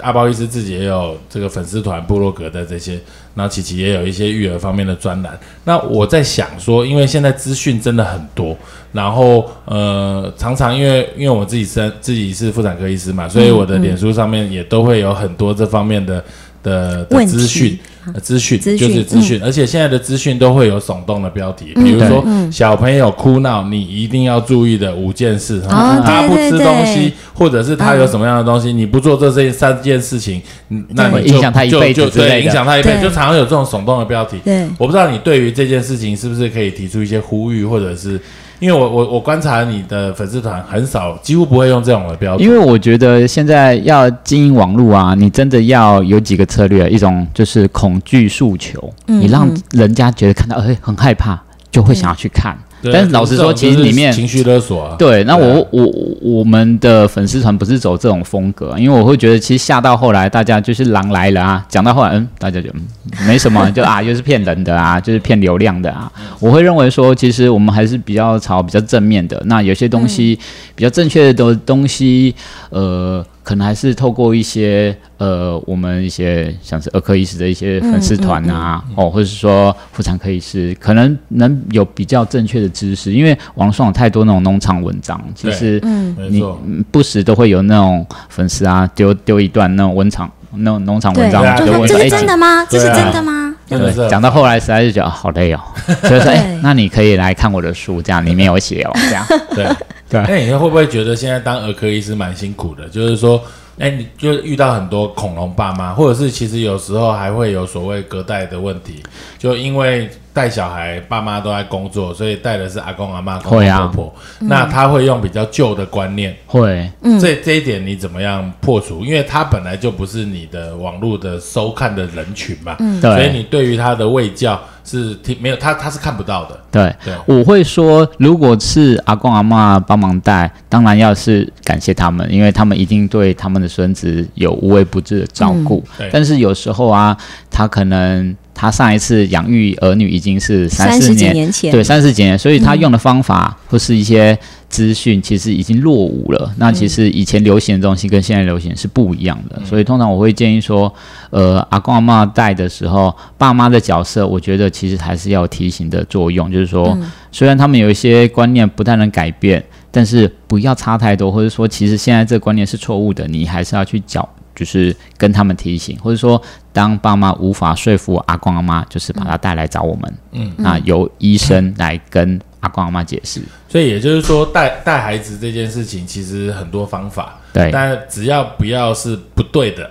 Speaker 1: 阿包医师自己也有这个粉丝团、部落格的这些，然后琪琪也有一些育儿方面的专栏。那我在想说，因为现在资讯真的很多，然后呃，常常因为因为我自己身自己是妇产科医师嘛，
Speaker 3: 嗯
Speaker 1: 所以我的脸书上面也都会有很多这方面的的的
Speaker 3: 问题
Speaker 1: 资讯。呃资讯
Speaker 3: 资
Speaker 1: 就
Speaker 3: 讯嗯
Speaker 1: 是资讯，而且现在的资讯都会有耸动的标题，比如说
Speaker 3: 嗯
Speaker 1: 小朋友哭闹，你一定要注意的五件事，
Speaker 3: 哦
Speaker 1: 啊他
Speaker 3: 对
Speaker 1: 不
Speaker 3: 对
Speaker 1: 吃
Speaker 3: 对
Speaker 1: 东西，或者是他有什么样的东西，你不做这件三件事情，嗯那
Speaker 2: 会
Speaker 1: 你就
Speaker 2: 嗯影响他一
Speaker 1: 就
Speaker 2: 辈子
Speaker 1: 就
Speaker 2: 之类的
Speaker 1: 对，影响他一辈子，
Speaker 3: 对
Speaker 1: 就常常有这种耸动的标题。
Speaker 3: 对
Speaker 1: 我不知道你对于这件事情是不是可以提出一些呼吁，或者是因为我我我观察你的粉丝团很少，几乎不会用这种的标题，
Speaker 2: 因为我觉得现在要经营网络啊，你真的要有几个策略，一种就是恐惧诉求，
Speaker 3: 嗯
Speaker 2: 你让
Speaker 3: 嗯
Speaker 2: 人家觉得看到哎很害怕，就会想要去看。
Speaker 1: 对
Speaker 2: 但是老实
Speaker 1: 这
Speaker 2: 说，
Speaker 1: 种
Speaker 2: 其
Speaker 1: 就
Speaker 2: 实
Speaker 1: 是
Speaker 2: 里面
Speaker 1: 情绪勒索啊，
Speaker 2: 对，那
Speaker 1: 对
Speaker 2: 我、
Speaker 1: 啊
Speaker 2: 我我我们的粉丝团不是走这种风格，啊因为我会觉得其实下到后来大家就是狼来了啊，讲到后来嗯，大家就嗯没什么，就啊又是骗人的啊，就是骗流量的啊。我会认为说，其实我们还是比较朝比较正面的，那有些东
Speaker 3: 嗯
Speaker 2: 西、比较正确的东西，呃。可能还是透过一些呃，我们一些像是儿科医师的一些粉丝团啊，哦，或者是说妇产科医师，可能能有比较正确的知识，因为网络上有太多那种农场文章，其
Speaker 1: 对
Speaker 2: 实
Speaker 3: 嗯
Speaker 1: 没
Speaker 2: 你
Speaker 1: 错。
Speaker 2: 嗯不时都会有那种粉丝啊丢丢一段那种文场那种农场文
Speaker 3: 对，
Speaker 2: 章
Speaker 1: 对啊，
Speaker 3: 就
Speaker 2: 就
Speaker 3: 说
Speaker 2: 问
Speaker 3: 这
Speaker 2: 说
Speaker 3: 是
Speaker 2: 哎，
Speaker 3: 真
Speaker 2: 姐
Speaker 3: 的吗？这
Speaker 1: 对啊
Speaker 3: 是真的吗？
Speaker 1: 真的是
Speaker 2: 对，讲到后来实在是觉得啊好累哦，所以说哎
Speaker 3: 对，
Speaker 2: 那你可以来看我的书，这样里面有写哦，这样
Speaker 1: 对
Speaker 2: 对
Speaker 1: 那你会不会觉得现在当儿科医师蛮辛苦的？就是说，哎，你就遇到很多恐龙爸妈，或者是其实有时候还会有所谓隔代的问题，就因为带小孩，爸妈都在工作，所以带的是阿公阿妈、公
Speaker 2: 会
Speaker 1: 公
Speaker 2: 啊
Speaker 1: 婆婆，那他会用比较旧的观念，
Speaker 2: 会，
Speaker 1: 这这一点你怎么样破除？因为他本来就不是你的网络的收看的人群嘛，所以
Speaker 2: 嗯对
Speaker 1: 你对于他的卫教是听没有他他是看不到的，
Speaker 2: 对
Speaker 1: 对，
Speaker 2: 我会说，如果是阿公阿嬷帮忙带，当然要是感谢他们，因为他们一定对他们的孙子有无微不至的照顾。
Speaker 1: 嗯对
Speaker 2: 但是有时候啊，他可能他上一次养育儿女已经是三
Speaker 3: 三
Speaker 2: 四
Speaker 3: 十几
Speaker 2: 年，
Speaker 3: 年前，
Speaker 2: 对，三十几年，所以他用的方法或是一些资讯，其实已经落伍了。那其实以前流行的东西跟现在流行是不一样的，所以通常我会建议说，呃，阿公阿嬷带的时候，爸妈的角色，我觉得其实还是要有提醒的作用，就是说，虽然他们有一些观念不太能改变，但是不要差太多，或者说，其实现在这个观念是错误的，你还是要去讲，就是跟他们提醒，或者说，当爸妈无法说服阿公阿妈，就是把他带来找我们，嗯，那由医生来跟阿公阿妈解释，
Speaker 1: 所以也就是说带带孩子这件事情其实很多方法，
Speaker 2: 对，
Speaker 1: 但只要不要是不对的，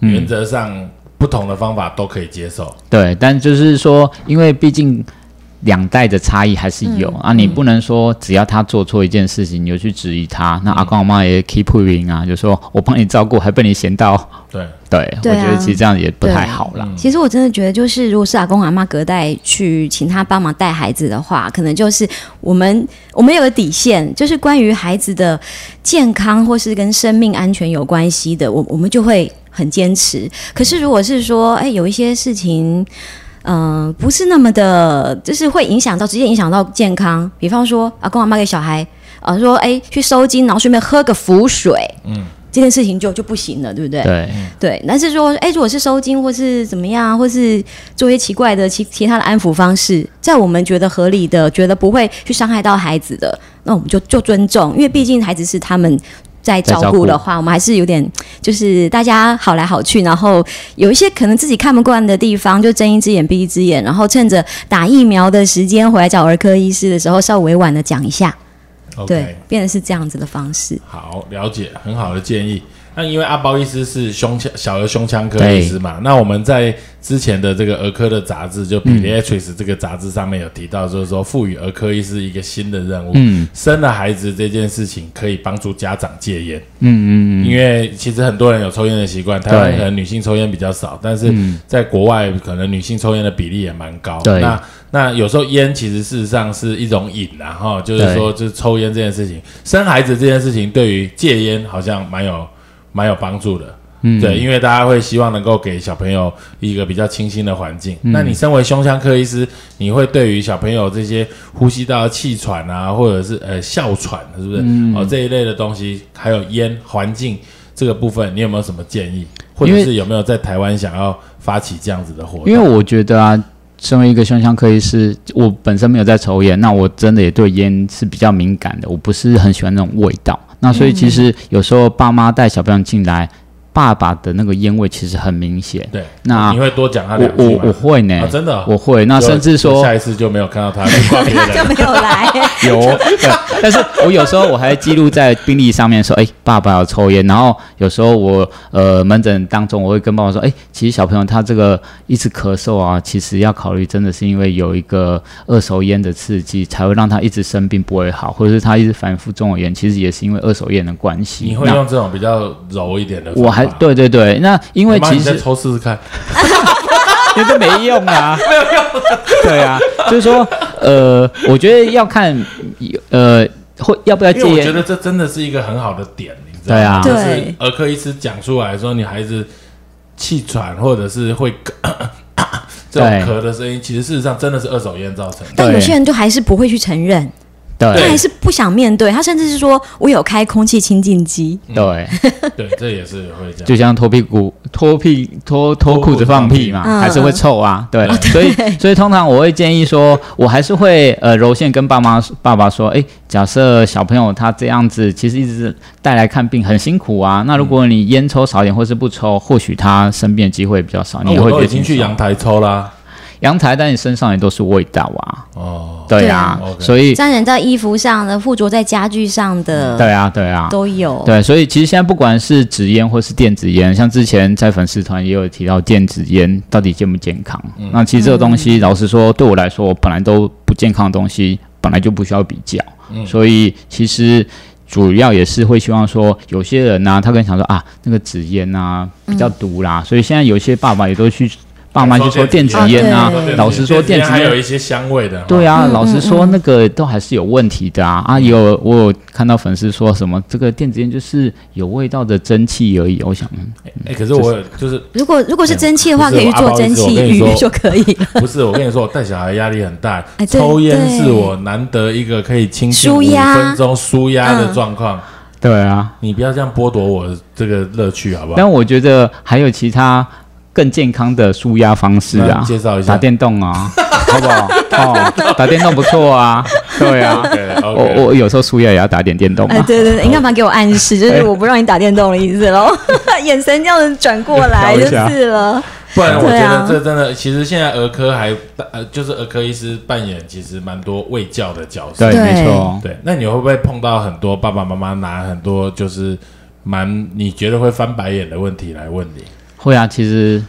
Speaker 1: 原则上不同的方法都可以接受。
Speaker 2: 对，但就是说，因为毕竟两代的差异还是有、
Speaker 3: 嗯
Speaker 2: 啊，你不能说只要他做错一件事情，你就去质疑他。
Speaker 3: 嗯
Speaker 2: 那阿公阿妈也 keep moving 啊，就说我帮你照顾，还被你嫌到，
Speaker 1: 对，
Speaker 2: 对
Speaker 3: 对
Speaker 2: 我觉
Speaker 3: 啊
Speaker 2: 得其实这样也不
Speaker 3: 对
Speaker 2: 太好啦。
Speaker 3: 其实我真的觉得，就是如果是阿公阿妈隔代去请他帮忙带孩子的话，可能就是我们我们有个底线，就是关于孩子的健康或是跟生命安全有关系的，我我们就会很坚持。可是如果是说，哎，有一些事情。嗯、不是那么的，就是会影响到直接影响到健康。比方说，阿公阿妈给小孩，呃，说哎去收金，然后顺便喝个符水， *laughs* 嗯，这件事情就就不行了，对不对？
Speaker 2: 对
Speaker 3: 对，但是说，哎、如果是收金或是怎么样，或是做一些奇怪的其其他的安抚方式，在我们觉得合理的，觉得不会去伤害到孩子的，那我们就就尊重，因为毕竟孩子是他们。在照顾的话，我们还是有点，就是大家好来好去，然后有一些可能自己看不惯的地方，就睁一只眼闭一只眼，然后趁着打疫苗的时间回来找儿科医师的时候，稍微委婉的讲一下，对
Speaker 1: OK，，
Speaker 3: 变得是这样子的方式。
Speaker 1: 好，了解，很好的建议。那因为阿包医师是胸腔小儿胸腔科
Speaker 2: 对
Speaker 1: 医师嘛，那我们在之前的这个儿科的杂志，就 Pediatrics 这个杂志上面有提到，就是说赋予儿科医师一个新的任务，嗯，生了孩子这件事情可以帮助家长戒烟，嗯嗯嗯，因为其实很多人有抽烟的习惯，台湾
Speaker 2: 对
Speaker 1: 可能女性抽烟比较少，但是在国外可能女性抽烟的比例也蛮高，
Speaker 2: 对
Speaker 1: 那那有时候烟其实事实上是一种瘾啊，然后就是
Speaker 2: 对
Speaker 1: 说，就是抽烟这件事情，生孩子这件事情，对于戒烟好像蛮有蛮有帮助的。嗯，对，因为大家会希望能够给小朋友一个比较清新的环境。
Speaker 2: 嗯
Speaker 1: 那你身为胸腔科医师，你会对于小朋友这些呼吸道气喘啊，或者是呃哮喘，是不是、
Speaker 2: 嗯
Speaker 1: 哦这一类的东西，还有烟环境这个部分，你有没有什么建议，或者
Speaker 2: 因为
Speaker 1: 是有没有在台湾想要发起这样子的活动？
Speaker 2: 因为我觉得啊，身为一个胸腔科医师，我本身没有在抽烟，那我真的也对烟是比较敏感的，我不是很喜欢那种味道。那所以其实有时候爸妈带小朋友进来，爸爸的那个烟味其实很明显。
Speaker 1: 对，
Speaker 2: 那
Speaker 1: 哦你会多讲他
Speaker 2: 我
Speaker 1: 两句
Speaker 2: 我
Speaker 1: 吗？
Speaker 2: 我会呢，
Speaker 1: 啊真的哦
Speaker 2: 我会。那
Speaker 1: 就
Speaker 2: 甚至
Speaker 1: 就
Speaker 2: 说
Speaker 1: 下一次就没有看到
Speaker 2: *laughs*
Speaker 1: 他去挂别
Speaker 3: 就
Speaker 1: 人。
Speaker 3: 没有来，
Speaker 2: 有，对但是我有时候我还记录在病历上面说，哎、爸爸有抽烟。然后有时候我呃门诊当中，我会跟爸爸说，哎、其实小朋友他这个一直咳嗽啊，其实要考虑真的是因为有一个二手烟的刺激，才会让他一直生病不会好，或者是他一直反复中耳炎，其实也是因为二手烟的关系。
Speaker 1: 你会
Speaker 2: 那
Speaker 1: 用这种比较柔一点的方法？
Speaker 2: 我还对对对，那因为
Speaker 1: 妈
Speaker 2: 其
Speaker 1: 你再
Speaker 2: 实
Speaker 1: 抽试试看。
Speaker 2: 那都没用
Speaker 1: *laughs*
Speaker 2: 啊，没有用。对啊，就是说，呃，我觉得要看，呃，会要不要戒
Speaker 1: 因为我觉
Speaker 2: 烟？
Speaker 1: 得这真的是一个很好的点，你知道吗？
Speaker 2: 对啊
Speaker 1: 就是
Speaker 3: 对
Speaker 1: 儿科医师讲出来说，你孩子气喘或者是会咳咳
Speaker 2: *laughs*
Speaker 1: 咳这种
Speaker 2: 对
Speaker 1: 咳的声音，其实事实上真的是二手烟造成的。
Speaker 3: 但有
Speaker 2: 对
Speaker 3: 些人就还是不会去承认。
Speaker 2: 对
Speaker 3: 他
Speaker 2: 对
Speaker 3: 还是不想面对，他甚至是说我有开空气清净机，
Speaker 2: *laughs* 对，
Speaker 1: 对，这也是会这样。
Speaker 2: 就像脱屁股、脱屁、脱脱裤子放屁嘛，
Speaker 3: 嗯
Speaker 2: 还是会臭啊。对，所 *laughs* 以所以通常我会建议说，我还是会呃柔性跟爸妈爸爸说，诶，假设小朋友他这样子，其实一直带来看病很辛苦啊。那如果你烟抽少一点，或是不抽，或许他生病的机会比较少，
Speaker 1: 那
Speaker 2: 你也
Speaker 1: 啊我
Speaker 2: 会觉
Speaker 1: 都
Speaker 2: 得
Speaker 1: 已经去
Speaker 2: 轻松
Speaker 1: 阳台抽啦，
Speaker 2: 阳台在你身上也都是味道啊，
Speaker 1: 哦，对
Speaker 2: 对啊，
Speaker 1: 啊嗯 OK
Speaker 2: 所以
Speaker 3: 沾染在衣服上的、附着在家具上的，
Speaker 2: 对啊，对啊，
Speaker 3: 都有。
Speaker 2: 对，所以其实现在不管是纸烟或是电子烟，像之前在粉丝团也有提到电子烟到底健不健康。那其实这个东西，嗯老实说，对我来说，我本来都不健康的东西，本来就不需要比较。嗯所以其实主要也是会希望说，有些人呢、他可能想说啊，那个纸烟啊比较毒啦，所以现在有些爸爸也都去爸妈去说电子烟啊
Speaker 3: 哦对，
Speaker 2: 老实说
Speaker 1: 电
Speaker 2: 电
Speaker 1: 子烟
Speaker 2: 子
Speaker 1: 还
Speaker 2: 烟
Speaker 1: 有一些香味的，
Speaker 2: 对
Speaker 1: 啊，
Speaker 2: 啊，
Speaker 3: 嗯
Speaker 2: 老实说，那个都还是有问题的啊！啊，有我有看到粉丝说什么这个电子烟就是有味道的蒸汽而已，我想嗯
Speaker 1: 哎，可是我有就是
Speaker 3: 如果如果是蒸汽的话，
Speaker 1: 不
Speaker 3: 可
Speaker 1: 是
Speaker 3: 以去
Speaker 1: 我
Speaker 3: 做
Speaker 1: 不好意
Speaker 3: 蒸
Speaker 1: 思
Speaker 3: 汽
Speaker 1: 我跟你
Speaker 3: 浴
Speaker 1: 说
Speaker 3: 就可
Speaker 1: *laughs*
Speaker 3: 以 *laughs* 了，
Speaker 1: 不是，我跟你说，我带小孩压力很大
Speaker 3: *laughs* 哎，对
Speaker 1: 抽烟是我难得一个可以清静
Speaker 3: 舒
Speaker 1: 五
Speaker 3: 压
Speaker 1: 分钟舒压的
Speaker 3: 嗯
Speaker 1: 状况。
Speaker 2: 对啊。
Speaker 1: 你不要这样剥夺我这个乐趣，好不好？
Speaker 2: 但我觉得还有其他更健康的舒压方式
Speaker 1: 那
Speaker 2: 啊，
Speaker 1: 介绍一下
Speaker 2: 打电动啊，好不好？哦，打电动不错啊，对啊。我
Speaker 1: OK，OK，
Speaker 2: 我有时候舒压也要打点电动啊
Speaker 3: 哎，
Speaker 2: 嘛。
Speaker 3: 对对对，你干嘛给我暗示？就是我不让你打电动的意思喽，
Speaker 1: *laughs*
Speaker 3: *laughs* 眼神这样子转过来
Speaker 2: 调
Speaker 3: 就
Speaker 2: 一下
Speaker 3: 是了。
Speaker 1: 不然我觉
Speaker 3: 对啊
Speaker 1: 得这真的，其实现在儿科还呃，就是儿科医师扮演其实蛮多卫教的角色
Speaker 2: 对，。
Speaker 3: 对
Speaker 2: 没错。
Speaker 1: 对，那你会不会碰到很多爸爸妈妈拿很多就是蛮你觉得会翻白眼的问题来问你？
Speaker 2: 会啊，其实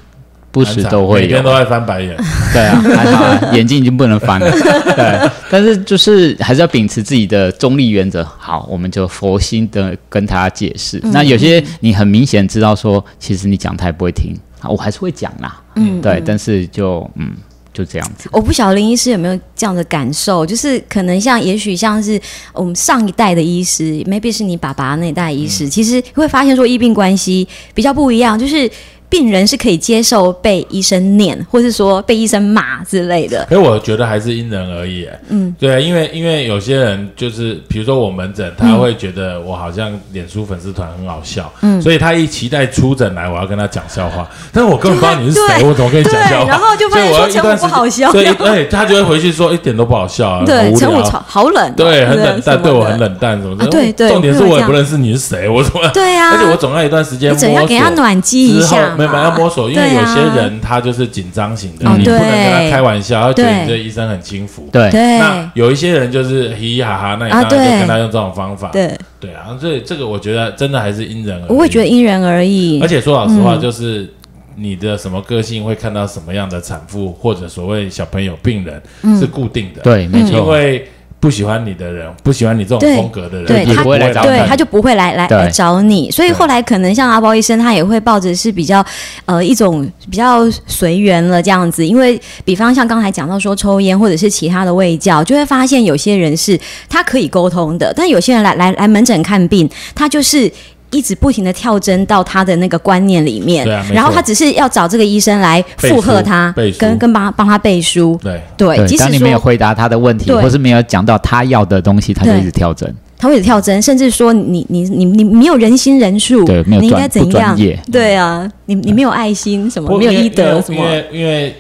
Speaker 2: 不时都会
Speaker 1: 每天
Speaker 2: 有
Speaker 1: 都。在翻白眼。
Speaker 2: 对啊，还好啊，眼睛已经不能翻了。对，但是就是还是要秉持自己的中立原则。好，我们就佛心的跟他解释。那有些你很明显知道说，其实你讲他也不会听，啊我还是会讲啦。
Speaker 3: 嗯
Speaker 2: 对，但是就嗯就这样子。
Speaker 3: 我不晓得林医师有没有这样的感受，就是可能像，也许像是我们上一代的医师，maybe 是你爸爸那一代医
Speaker 1: 嗯
Speaker 3: 师，其实会发现说医病关系比较不一样，就是病人是可以接受被医生念，或是说被医生骂之类的。
Speaker 1: 可是我觉得还是因人而异。嗯，对啊，因为因为有些人就是，比如说我门诊，他会觉得我好像脸书粉丝团很好笑，嗯，所以他一期待出诊来，我要跟他讲笑话，但是我根本不知道你是谁，
Speaker 3: 对
Speaker 1: 我怎么跟你讲笑话？
Speaker 3: 对，然后就发
Speaker 1: 所以
Speaker 3: 现
Speaker 1: 我要
Speaker 3: 说
Speaker 1: 一
Speaker 3: 陈
Speaker 1: 段
Speaker 3: 武
Speaker 1: 时
Speaker 3: 不
Speaker 1: 间
Speaker 3: 好笑，
Speaker 1: 所以哎，他就会回去说一点都不好笑啊，很
Speaker 3: 对，
Speaker 1: 无
Speaker 3: 陈武
Speaker 1: 聊。
Speaker 3: 超好冷，
Speaker 1: 对，很冷
Speaker 3: 冷什
Speaker 1: 淡，
Speaker 3: 么
Speaker 1: 对我
Speaker 3: 的
Speaker 1: 很，冷淡，什么的。
Speaker 3: 啊对对
Speaker 1: 重点是我
Speaker 3: 我也这
Speaker 1: 也
Speaker 3: 样
Speaker 1: 不认识你是谁，我怎么？
Speaker 3: 对啊，
Speaker 1: *laughs* 而且我总要一段时间
Speaker 3: 你
Speaker 1: 摸索
Speaker 3: 总要给他暖机一
Speaker 1: 之后
Speaker 3: 下，
Speaker 1: 没有没有要摸索，因为
Speaker 3: 对
Speaker 1: 有
Speaker 3: 啊
Speaker 1: 些人他就是紧张型的，
Speaker 2: 哦
Speaker 1: 你不能跟他
Speaker 3: 对
Speaker 1: 开玩笑，他觉得
Speaker 3: 对
Speaker 1: 你这医生很轻浮。
Speaker 2: 对，
Speaker 3: 对
Speaker 1: 那有一些人就是嘻嘻哈哈，那你当
Speaker 3: 啊
Speaker 1: 然就
Speaker 3: 对
Speaker 1: 跟他用这种方法。
Speaker 3: 对，
Speaker 1: 对啊，所以这个我觉得真的还是因人而异。
Speaker 3: 我也觉得，因人嗯而异，
Speaker 1: 而且说老实话，就是你的什么个性会看到什么样的产妇或者所谓小朋友病人
Speaker 3: 嗯
Speaker 1: 是固定的，
Speaker 2: 对没错
Speaker 1: 因为不喜欢你的人，不喜欢你这种
Speaker 3: 对
Speaker 1: 风格的人，
Speaker 3: 对
Speaker 1: 就
Speaker 3: 他
Speaker 1: 不会
Speaker 2: 不
Speaker 1: 来
Speaker 2: 会来
Speaker 1: 找
Speaker 2: 找你
Speaker 1: 你
Speaker 3: 对，他就不会来来
Speaker 2: 对
Speaker 3: 来找你。所以后来可能像阿包医生，他也会抱着是比较呃一种比较随缘了这样子。因为比方像刚才讲到说抽烟或者是其他的味教，就会发现有些人是他可以沟通的，但有些人来来来门诊看病，他就是。一直不停的跳针到他的那个观念里面，
Speaker 1: 对啊没错
Speaker 3: 然后他只是要找这个医生来附和他
Speaker 1: 背书背，书
Speaker 3: 跟跟帮他帮他背书，
Speaker 1: 对。
Speaker 3: 对，即使
Speaker 2: 当你没有
Speaker 3: 说
Speaker 2: 回答他的问题，
Speaker 3: 对
Speaker 2: 或是没有讲到他要的东西，他就
Speaker 3: 对
Speaker 2: 一直跳针。
Speaker 3: 他会有跳针，甚至说你你你你没有人心人数，
Speaker 2: 对没有
Speaker 3: 你应
Speaker 2: 专
Speaker 3: 该怎
Speaker 2: 不
Speaker 3: 样
Speaker 2: 专业？
Speaker 3: 对啊，你你没有爱心什么，
Speaker 1: 嗯不
Speaker 3: 没有
Speaker 1: 因为
Speaker 3: 医德什
Speaker 1: 因
Speaker 3: 么，
Speaker 1: 为因为因为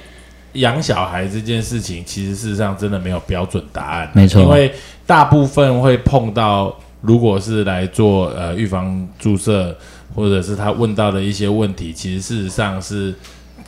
Speaker 1: 养小孩这件事情，其实事实上真的没有标准答案，啊
Speaker 2: 没错
Speaker 1: 因为大部分会碰到，如果是来做呃预防注射，或者是他问到的一些问题，其实事实上是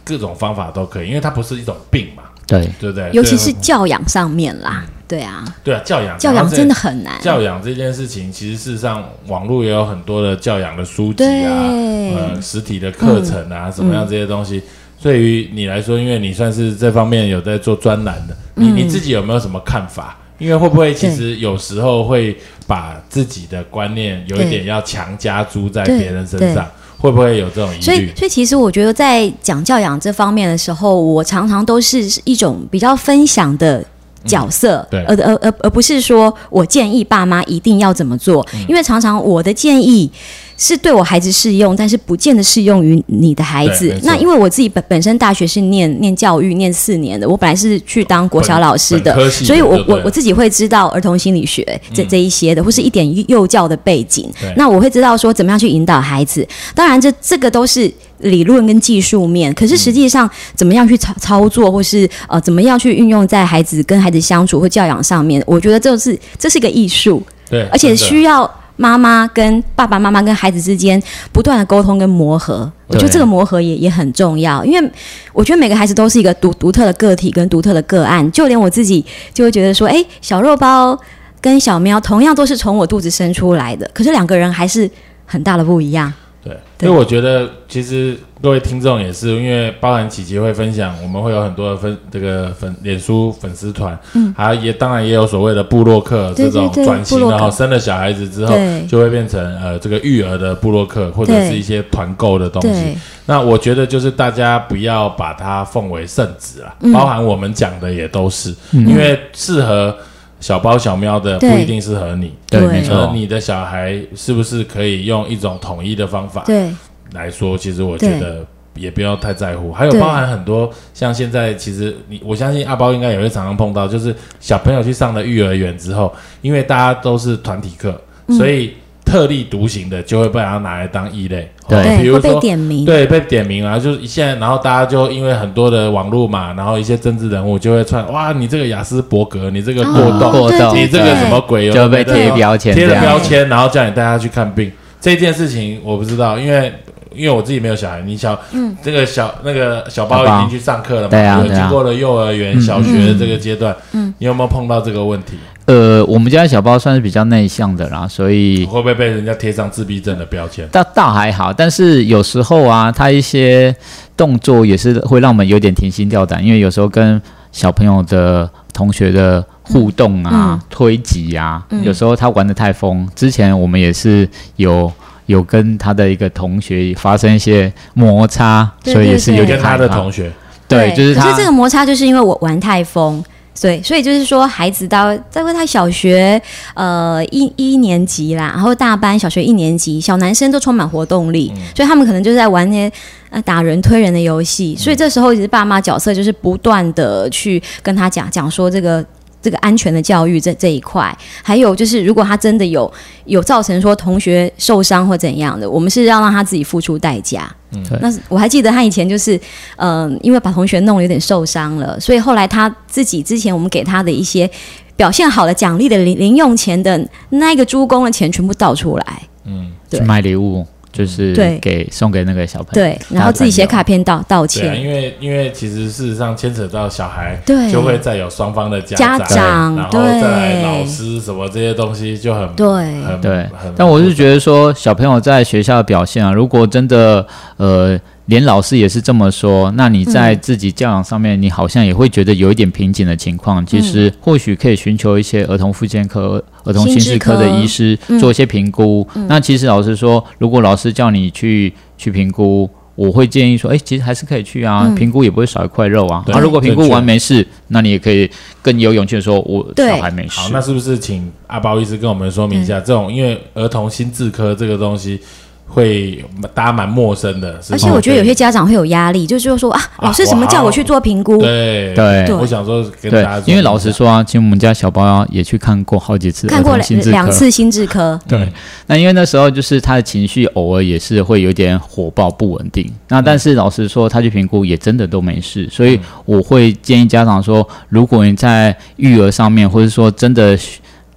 Speaker 1: 各种方法都可以，因为它不是一种病嘛，
Speaker 2: 对，
Speaker 1: 对不对？
Speaker 3: 尤其
Speaker 1: 对
Speaker 3: 是教养上面啦，对啊，
Speaker 1: 对啊，教养
Speaker 3: 教养
Speaker 1: 然后这
Speaker 3: 真的很难，
Speaker 1: 教养这件事情，其实事实上网络也有很多的教养的书籍啊，
Speaker 3: 对嗯
Speaker 1: 呃，实体的课程啊，什么样这些东西，对于你来说，因为你算是这方面有在做专栏的，你、
Speaker 3: 嗯
Speaker 1: 你自己有没有什么看法？因为会不会其实有时候会把自己的观念有一点要强加诸在别人身
Speaker 3: 对对
Speaker 1: 上，会不会有这种疑
Speaker 3: 所以
Speaker 1: 虑，？
Speaker 3: 所以其实我觉得在讲教养这方面的时候，我常常都是一种比较分享的。角色，
Speaker 1: 嗯对
Speaker 3: 而而而而不是说我建议爸妈一定要怎么做，
Speaker 1: 嗯
Speaker 3: 因为常常我的建议是对我孩子适用，但是不见得适用于你的孩
Speaker 1: 对
Speaker 3: 子
Speaker 1: 没。错
Speaker 3: 那因为我自己本本身大学是念念教育，念四年的，我本来是去当国小老师的
Speaker 1: 本，科系的
Speaker 3: 所以我
Speaker 1: 就对
Speaker 3: 我
Speaker 1: 了
Speaker 3: 我自己会知道儿童心理学这、这一些的，或是一点幼教的背景
Speaker 1: 对。
Speaker 3: 那我会知道说怎么样去引导孩子，当然这，这个都是理论跟技术面，可是实际上怎么样去操操作，或是呃怎么样去运用在孩子跟孩子相处或教养上面，我觉得这是这是一个艺术，
Speaker 1: 对，
Speaker 3: 而且
Speaker 1: 真的
Speaker 3: 需要妈妈跟爸爸妈妈跟孩子之间不断的沟通跟磨合，我觉得
Speaker 2: 对
Speaker 3: 这个磨合也也很重要，因为我觉得每个孩子都是一个独独特的个体跟独特的个案，就连我自己就会觉得说，哎，小肉包跟小喵同样都是从我肚子生出来的，可是两个人还是很大的不一样。
Speaker 1: 对，
Speaker 3: 对
Speaker 1: 因为我觉得其实各位听众也是，因为包含琪琪会分享，我们会有很多的分这个粉脸书粉丝团，嗯，还有也当然也有所谓的部落客
Speaker 3: 对
Speaker 1: 这种
Speaker 3: 对对
Speaker 1: 转型
Speaker 3: 部落
Speaker 1: 的
Speaker 3: 客
Speaker 1: 哈，然后生了小孩子之后
Speaker 3: 对
Speaker 1: 就会变成呃这个育儿的部落客或者
Speaker 3: 对
Speaker 1: 是一些团购的东西
Speaker 3: 对。，
Speaker 1: 那我觉得就是大家不要把它奉为圣旨啊，
Speaker 3: 嗯
Speaker 1: 包含我们讲的也都是，因为适合小包小喵的不
Speaker 3: 对
Speaker 1: 一定适合你。
Speaker 2: 对，
Speaker 3: 对
Speaker 2: 没
Speaker 1: 呃，
Speaker 2: 错，
Speaker 1: 你的小孩是不是可以用一种统一的方法
Speaker 3: 对，
Speaker 1: 来说？其实我觉得也不要太在乎。还有
Speaker 3: 嗯对
Speaker 1: 包含很多像现在，其实你我相信阿包应该也会常常碰到，就是小朋友去上了幼儿园之后，因为大家都是团体课，
Speaker 3: 嗯
Speaker 1: 所以特立独行的就会被他拿来当异类。
Speaker 2: 对
Speaker 1: 哦比
Speaker 3: 对，
Speaker 1: 如
Speaker 3: 会被
Speaker 1: 说
Speaker 3: 点名。
Speaker 1: 对，被点名啊，就是现在，然后大家就因为很多的网络嘛，然后一些政治人物就会串，哇，你这个雅斯伯格，你这个过
Speaker 3: 哦
Speaker 1: 动，
Speaker 2: 过
Speaker 3: 对
Speaker 2: 动
Speaker 3: 对
Speaker 1: 你这个
Speaker 3: 对
Speaker 1: 什么鬼，有哦的
Speaker 2: 就被
Speaker 1: 没的
Speaker 2: 贴标签
Speaker 1: 贴
Speaker 2: 这
Speaker 1: 了
Speaker 2: 样
Speaker 1: 标签，然后叫你带他去看病。这件事情我不知道，因为因为我自己没有小孩，你小，嗯，这个小那个小包
Speaker 2: 小
Speaker 1: 已
Speaker 2: 包
Speaker 1: 经去上课了嘛，
Speaker 2: 对啊
Speaker 1: 有
Speaker 2: 对啊
Speaker 1: 经过了幼儿园、小学的这个阶段，嗯，你有没有碰到这个问题？
Speaker 2: 呃，我们家小包算是比较内向的啦，所以
Speaker 1: 会不会被人家贴上自闭症的标签？
Speaker 2: 倒倒还好，但是有时候啊，他一些动作也是会让我们有点提心吊胆，因为有时候跟小朋友的同学的互动啊、
Speaker 3: 嗯
Speaker 2: 推挤啊，有时候他玩的太疯。之前我们也是有有跟他的一个同学发生一些摩擦，
Speaker 3: 对
Speaker 2: 所以也是有
Speaker 3: 对
Speaker 2: 点
Speaker 1: 跟他的
Speaker 2: 害怕
Speaker 1: 同学，
Speaker 2: 对，就是
Speaker 3: 可
Speaker 2: 他
Speaker 3: 是这个摩擦，就是因为我玩太疯，所以所以就是说，孩子到在为他小学呃一一年级啦，然后大班小学一年级，小男生都充满活动
Speaker 2: 嗯
Speaker 3: 力，所以他们可能就是在玩那些呃打人推人的游戏，所以这时候其实爸妈角色就是不断的去跟他讲讲说这个。这个安全的教育这这一块，还有就是，如果他真的有有造成说同学受伤或怎样的，我们是要让他自己付出代价。
Speaker 2: 对
Speaker 3: 那我还记得他以前就是，嗯、因为把同学弄得有点受伤了，所以后来他自己之前我们给他的一些表现好的奖励的零零用钱的那一个猪公的钱全部倒出来，
Speaker 1: 嗯，
Speaker 3: 对
Speaker 2: 去买礼物，就是
Speaker 3: 对
Speaker 2: 给送给那个小朋友。
Speaker 3: 对，然后自己写卡片道道
Speaker 1: 对啊，
Speaker 3: 歉，
Speaker 1: 因为因为其实事实上牵扯到小孩，
Speaker 3: 对
Speaker 1: 就会再有双方的家
Speaker 3: 家长
Speaker 1: 然后再来
Speaker 3: 对
Speaker 1: 老师什么这些东西就很
Speaker 3: 对
Speaker 1: 很
Speaker 2: 对
Speaker 1: 很，
Speaker 2: 但我是觉得说，小朋友在学校的表现啊，如果真的呃，连老师也是这么说，那你在自己教养上面，你好像也会觉得有一点瓶颈的情况。其实或许可以寻求一些儿童复健科、儿童嗯心智科的嗯医师做一些评估。那其实老实说，如果老师叫你去去评估。我会建议说，哎，其实还是可以去啊，评估也不会少一块肉啊。
Speaker 1: 对
Speaker 2: 啊，如果评
Speaker 1: 正
Speaker 2: 估
Speaker 1: 确
Speaker 2: 完没事，那你也可以更有勇气的说，我
Speaker 3: 对
Speaker 2: 小孩没事。
Speaker 1: 好，那是不是请阿包医师跟我们说明一
Speaker 2: 嗯
Speaker 1: 下，这种因为儿童心智科这个东西会大家蛮陌生的，是
Speaker 3: 而
Speaker 1: 不是
Speaker 3: 且我觉得有些家长会有压力，就是说啊，
Speaker 1: 啊
Speaker 3: 老师什么叫我去做评估？
Speaker 1: 对
Speaker 2: 对
Speaker 1: 我想说跟大
Speaker 2: 对
Speaker 1: 家，
Speaker 2: 因为老实说啊，其实我们家小包也去看过好几次
Speaker 3: 看
Speaker 2: 儿童
Speaker 3: 过两
Speaker 2: 心智
Speaker 3: 两
Speaker 2: 科。
Speaker 3: 次心智科，
Speaker 1: 对
Speaker 2: 那因为那时候就是他的情绪偶尔也是会有点火爆不稳定。那
Speaker 1: 嗯
Speaker 2: 但是老实说，他去评估也真的都没事。所以我会建议家长说，如果你在育儿上面，或者说真的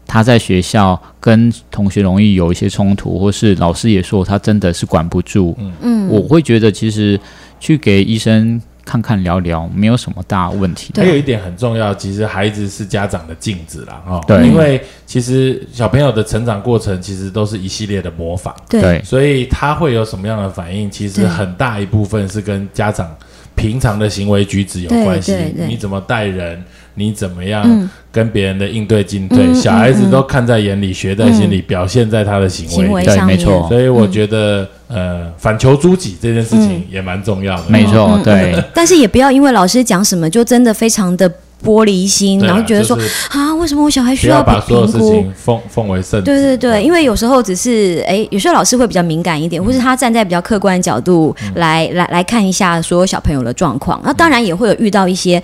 Speaker 2: 他在学校跟同学容易有一些冲突，或是老师也说他真的是管不住，嗯，我会觉得其实去给医生看看聊聊，没有什么大问题。
Speaker 1: 还有一点很重要，其实孩子是家长的镜子啦，哈、哦，
Speaker 2: 对
Speaker 1: 因为其实小朋友的成长过程其实都是一系列的模仿，
Speaker 3: 对，
Speaker 1: 所以他会有什么样的反应，其实
Speaker 3: 对
Speaker 1: 很大一部分是跟家长平常的行为举止有关系
Speaker 3: 对对。对
Speaker 1: 你怎么待人，你怎么样
Speaker 3: 嗯
Speaker 1: 跟别人的应对进退，
Speaker 3: 嗯嗯嗯
Speaker 1: 小孩子都看在眼里，学在心里，表现在他的行
Speaker 3: 行为嗯
Speaker 1: 为里。
Speaker 2: 对
Speaker 3: 上
Speaker 2: 没
Speaker 3: 面，
Speaker 2: 错
Speaker 1: 所以我觉得，呃，反求诸己这件事
Speaker 3: 嗯
Speaker 1: 情也蛮重要的。
Speaker 2: 没错，对。
Speaker 3: 但是也不要因为老师讲什么就真的非常的玻璃心，
Speaker 1: 对啊
Speaker 3: 然后觉得说、
Speaker 1: 就是
Speaker 3: 啊，为什么我小孩
Speaker 1: 不
Speaker 3: 需
Speaker 1: 要
Speaker 3: 被
Speaker 1: 把所有
Speaker 3: 评
Speaker 1: 事
Speaker 3: 估？
Speaker 1: 情奉奉为圣旨。
Speaker 3: 对对对，因为有时候只是哎，有时候老师会比较敏感一点，或是他站在比较客观的角度来、来来看一下所有小朋友的状况。那当然也会有遇到一些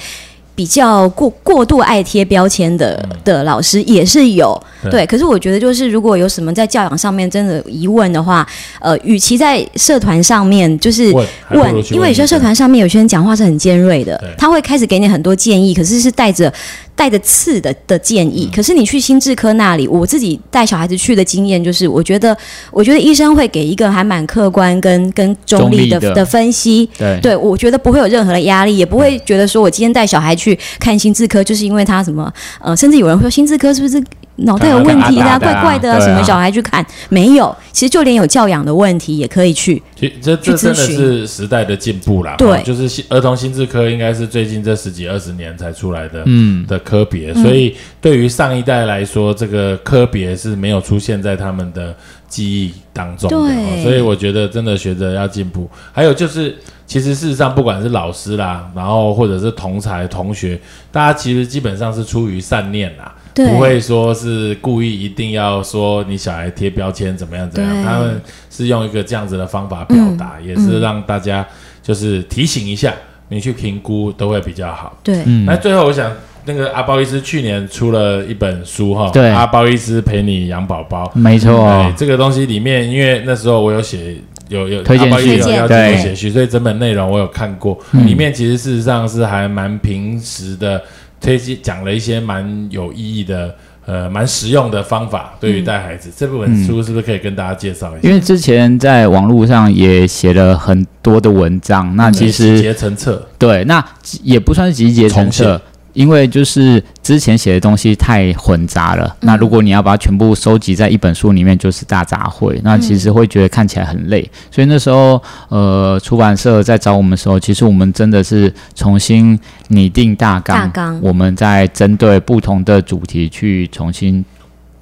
Speaker 3: 比较过过度爱贴标签的、的老师也是有，
Speaker 1: 对
Speaker 3: 对。可是我觉得就是如果有什么在教养上面真的疑问的话，呃，与其在社团上面就是
Speaker 1: 问还不如去
Speaker 3: 因为有些
Speaker 1: 问
Speaker 3: 社团上面有些人讲话是很尖锐的
Speaker 1: 对，
Speaker 3: 他会开始给你很多建议，可是是带着带着刺的的建议。可是你去心智科那里，我自己带小孩子去的经验就是，我觉得我觉得医生会给一个还蛮客观跟跟中立的
Speaker 2: 中立的嗯
Speaker 3: 分析。
Speaker 2: 对
Speaker 3: 对，我觉得不会有任何的压力，也不会觉得说我今天带小孩去看心智科，就是因为他什么呃，甚至有人会说心智科是不是脑袋有问题
Speaker 2: 看
Speaker 3: 啊，
Speaker 2: 阿达的
Speaker 3: 怪
Speaker 2: 啊
Speaker 3: 怪的啊，
Speaker 2: 对啊
Speaker 3: 什么小孩去看没有？其实就连有教养的问题也可以去。
Speaker 1: 其实这
Speaker 3: 去
Speaker 1: 这真的
Speaker 3: 咨询
Speaker 1: 是时代的进步啦，
Speaker 3: 对
Speaker 1: 哦就是心儿童心智科应该是最近这十几二十年才出来的，
Speaker 2: 嗯
Speaker 1: 的科别，所以对于上一代来说，这个科别是没有出现在他们的记忆当中的，
Speaker 3: 对
Speaker 1: 哦所以我觉得真的学者要进步。还有就是，其实事实上不管是老师啦，然后或者是同才同学，大家其实基本上是出于善念啦。
Speaker 3: 对
Speaker 1: 不会说是故意一定要说你小孩贴标签怎么样怎么样，
Speaker 3: 对嗯
Speaker 1: 他们是用一个这样子的方法表达，也是让大家就是提醒一下，你去评估都会比较好。
Speaker 3: 对，
Speaker 1: 那最后我想，那个阿包医师去年出了一本书哈，
Speaker 2: 对
Speaker 1: 阿包医师陪你养宝宝。
Speaker 2: 没错
Speaker 1: 哎，，这个东西里面，因为那时候我有写有有
Speaker 2: 推荐
Speaker 1: 阿包医师有
Speaker 2: 序
Speaker 1: 邀请
Speaker 2: 对嗯
Speaker 1: 我写序，所以整本内容我有看过，里面其实事实上是还蛮平时的推荐，讲了一些蛮有意义的。呃，蛮实用的方法对于带孩子，这本书是不是可以跟大家介绍一下？
Speaker 2: 嗯因为之前在网络上也写了很多的文章，那其实
Speaker 1: 集结成册，
Speaker 2: 对，那也不算是集结成
Speaker 1: 重
Speaker 2: 册，因为就是之前写的东西太混杂了。
Speaker 3: 嗯
Speaker 2: 那如果你要把它全部收集在一本书里面，就是大杂烩。
Speaker 3: 嗯
Speaker 2: 那其实会觉得看起来很累，所以那时候呃，出版社在找我们的时候，其实我们真的是重新拟定大纲，
Speaker 3: 大纲
Speaker 2: 我们在针对不同的主题去重新。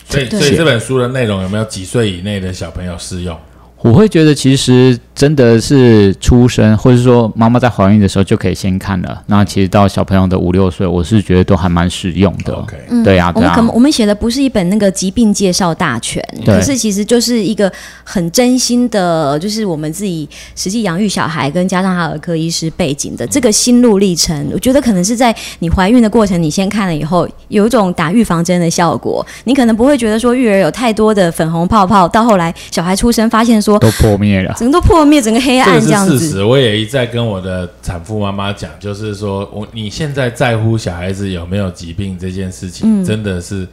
Speaker 1: 所以所
Speaker 3: 对
Speaker 1: 以这本书的内容有没有几岁以内的小朋友适用？
Speaker 2: 我会觉得，其实真的是出生，或者说妈妈在怀孕的时候就可以先看了。那其实到小朋友的五六岁，我是觉得都还蛮实用的。
Speaker 1: 哦 OK
Speaker 2: 对呀、对啊
Speaker 3: 嗯我们
Speaker 1: 啊
Speaker 2: 呀、
Speaker 3: 可能我们写的不是一本那个疾病介绍大全，
Speaker 2: 对
Speaker 3: 可是其实就是一个很真心的，就是我们自己实际养育小孩，跟加上他儿科医师背景的这个心路历程，我觉得可能是在你怀孕的过程，你先看了以后，有一种打预防针的效果。你可能不会觉得说育儿有太多的粉红泡泡，到后来小孩出生发现说
Speaker 2: 都破灭
Speaker 3: *laughs*
Speaker 2: 了。
Speaker 3: 整个都破灭，整个黑
Speaker 1: 这个
Speaker 3: 暗这样
Speaker 1: 是事
Speaker 3: 子。
Speaker 1: 实，我也一再跟我的产妇妈妈讲，就是说我你现在在乎小孩子有没有疾病这件事
Speaker 3: 嗯
Speaker 1: 情，真的是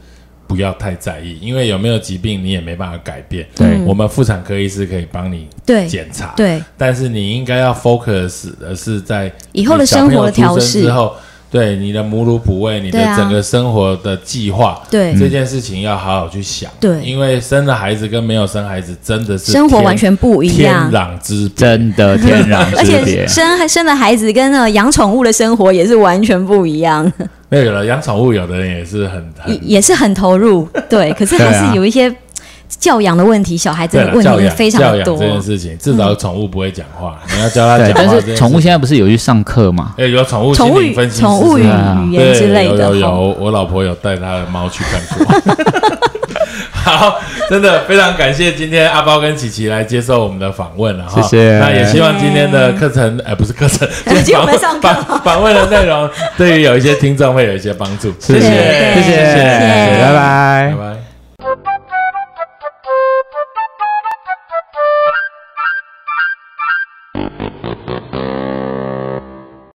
Speaker 1: 不要太在意，因为有没有疾病你也没办法改变。
Speaker 2: 对
Speaker 1: 我们妇产科医师可以帮你
Speaker 3: 对
Speaker 1: 检查，
Speaker 3: 对，
Speaker 1: 但是你应该要 focus 的是在
Speaker 3: 以后的生活的调
Speaker 1: 你小朋友出生
Speaker 3: 试
Speaker 1: 之后，对你的母乳哺喂，你的
Speaker 3: 对啊
Speaker 1: 整个生活的计划，
Speaker 3: 对
Speaker 1: 这件事情要好好去想，
Speaker 3: 对
Speaker 1: 因为生了孩子跟没有生孩子真的是
Speaker 3: 生活
Speaker 1: 天
Speaker 3: 完全不一
Speaker 1: 天
Speaker 3: 样。
Speaker 1: 壤之别。
Speaker 2: 真的天壤
Speaker 3: 而
Speaker 2: 之
Speaker 3: 且
Speaker 2: 别。
Speaker 3: 生还生了孩子跟那个养宠物的生活也是完全不一样，
Speaker 1: 没有了，养宠物有的人也是很
Speaker 3: 也
Speaker 1: 很
Speaker 3: 也是很投
Speaker 1: *laughs*
Speaker 3: 入，对。可是还是有一些教养的问题，小孩子
Speaker 1: 啊对
Speaker 3: 的
Speaker 1: 了，
Speaker 3: 问
Speaker 1: 教
Speaker 3: 题
Speaker 1: 养
Speaker 3: 非常
Speaker 1: 教
Speaker 3: 的
Speaker 1: 养
Speaker 3: 多嗯
Speaker 1: 这。件事情，至少宠物不会讲话， *laughs* 你要教它
Speaker 2: 对
Speaker 1: 讲，话。
Speaker 2: 但
Speaker 1: 这
Speaker 2: 是
Speaker 1: 件
Speaker 2: 宠物
Speaker 1: 事情
Speaker 2: 现在不是有去上课吗？
Speaker 1: 哎有宠物
Speaker 3: 宠
Speaker 1: 心
Speaker 3: 物
Speaker 1: 理分析师
Speaker 3: 宠物语
Speaker 1: 是
Speaker 2: 啊
Speaker 3: 语言之类
Speaker 1: 对
Speaker 3: 的，
Speaker 1: 有有
Speaker 3: 吼
Speaker 1: 有，我老婆有带她的猫去看过。 *laughs* 好，真的非常感谢今天阿包跟琪琪来接受我们的访问了啊哈。
Speaker 2: 谢谢
Speaker 1: 那也希望今天的课程，呃，不是课
Speaker 3: *laughs*
Speaker 1: 程，今天
Speaker 3: 今
Speaker 1: 访
Speaker 3: 天我们
Speaker 1: 问
Speaker 3: 上课
Speaker 1: 访访问的内容，对于有一些听众会有一些帮助。谢
Speaker 3: 对
Speaker 1: 谢，
Speaker 3: 对
Speaker 1: 谢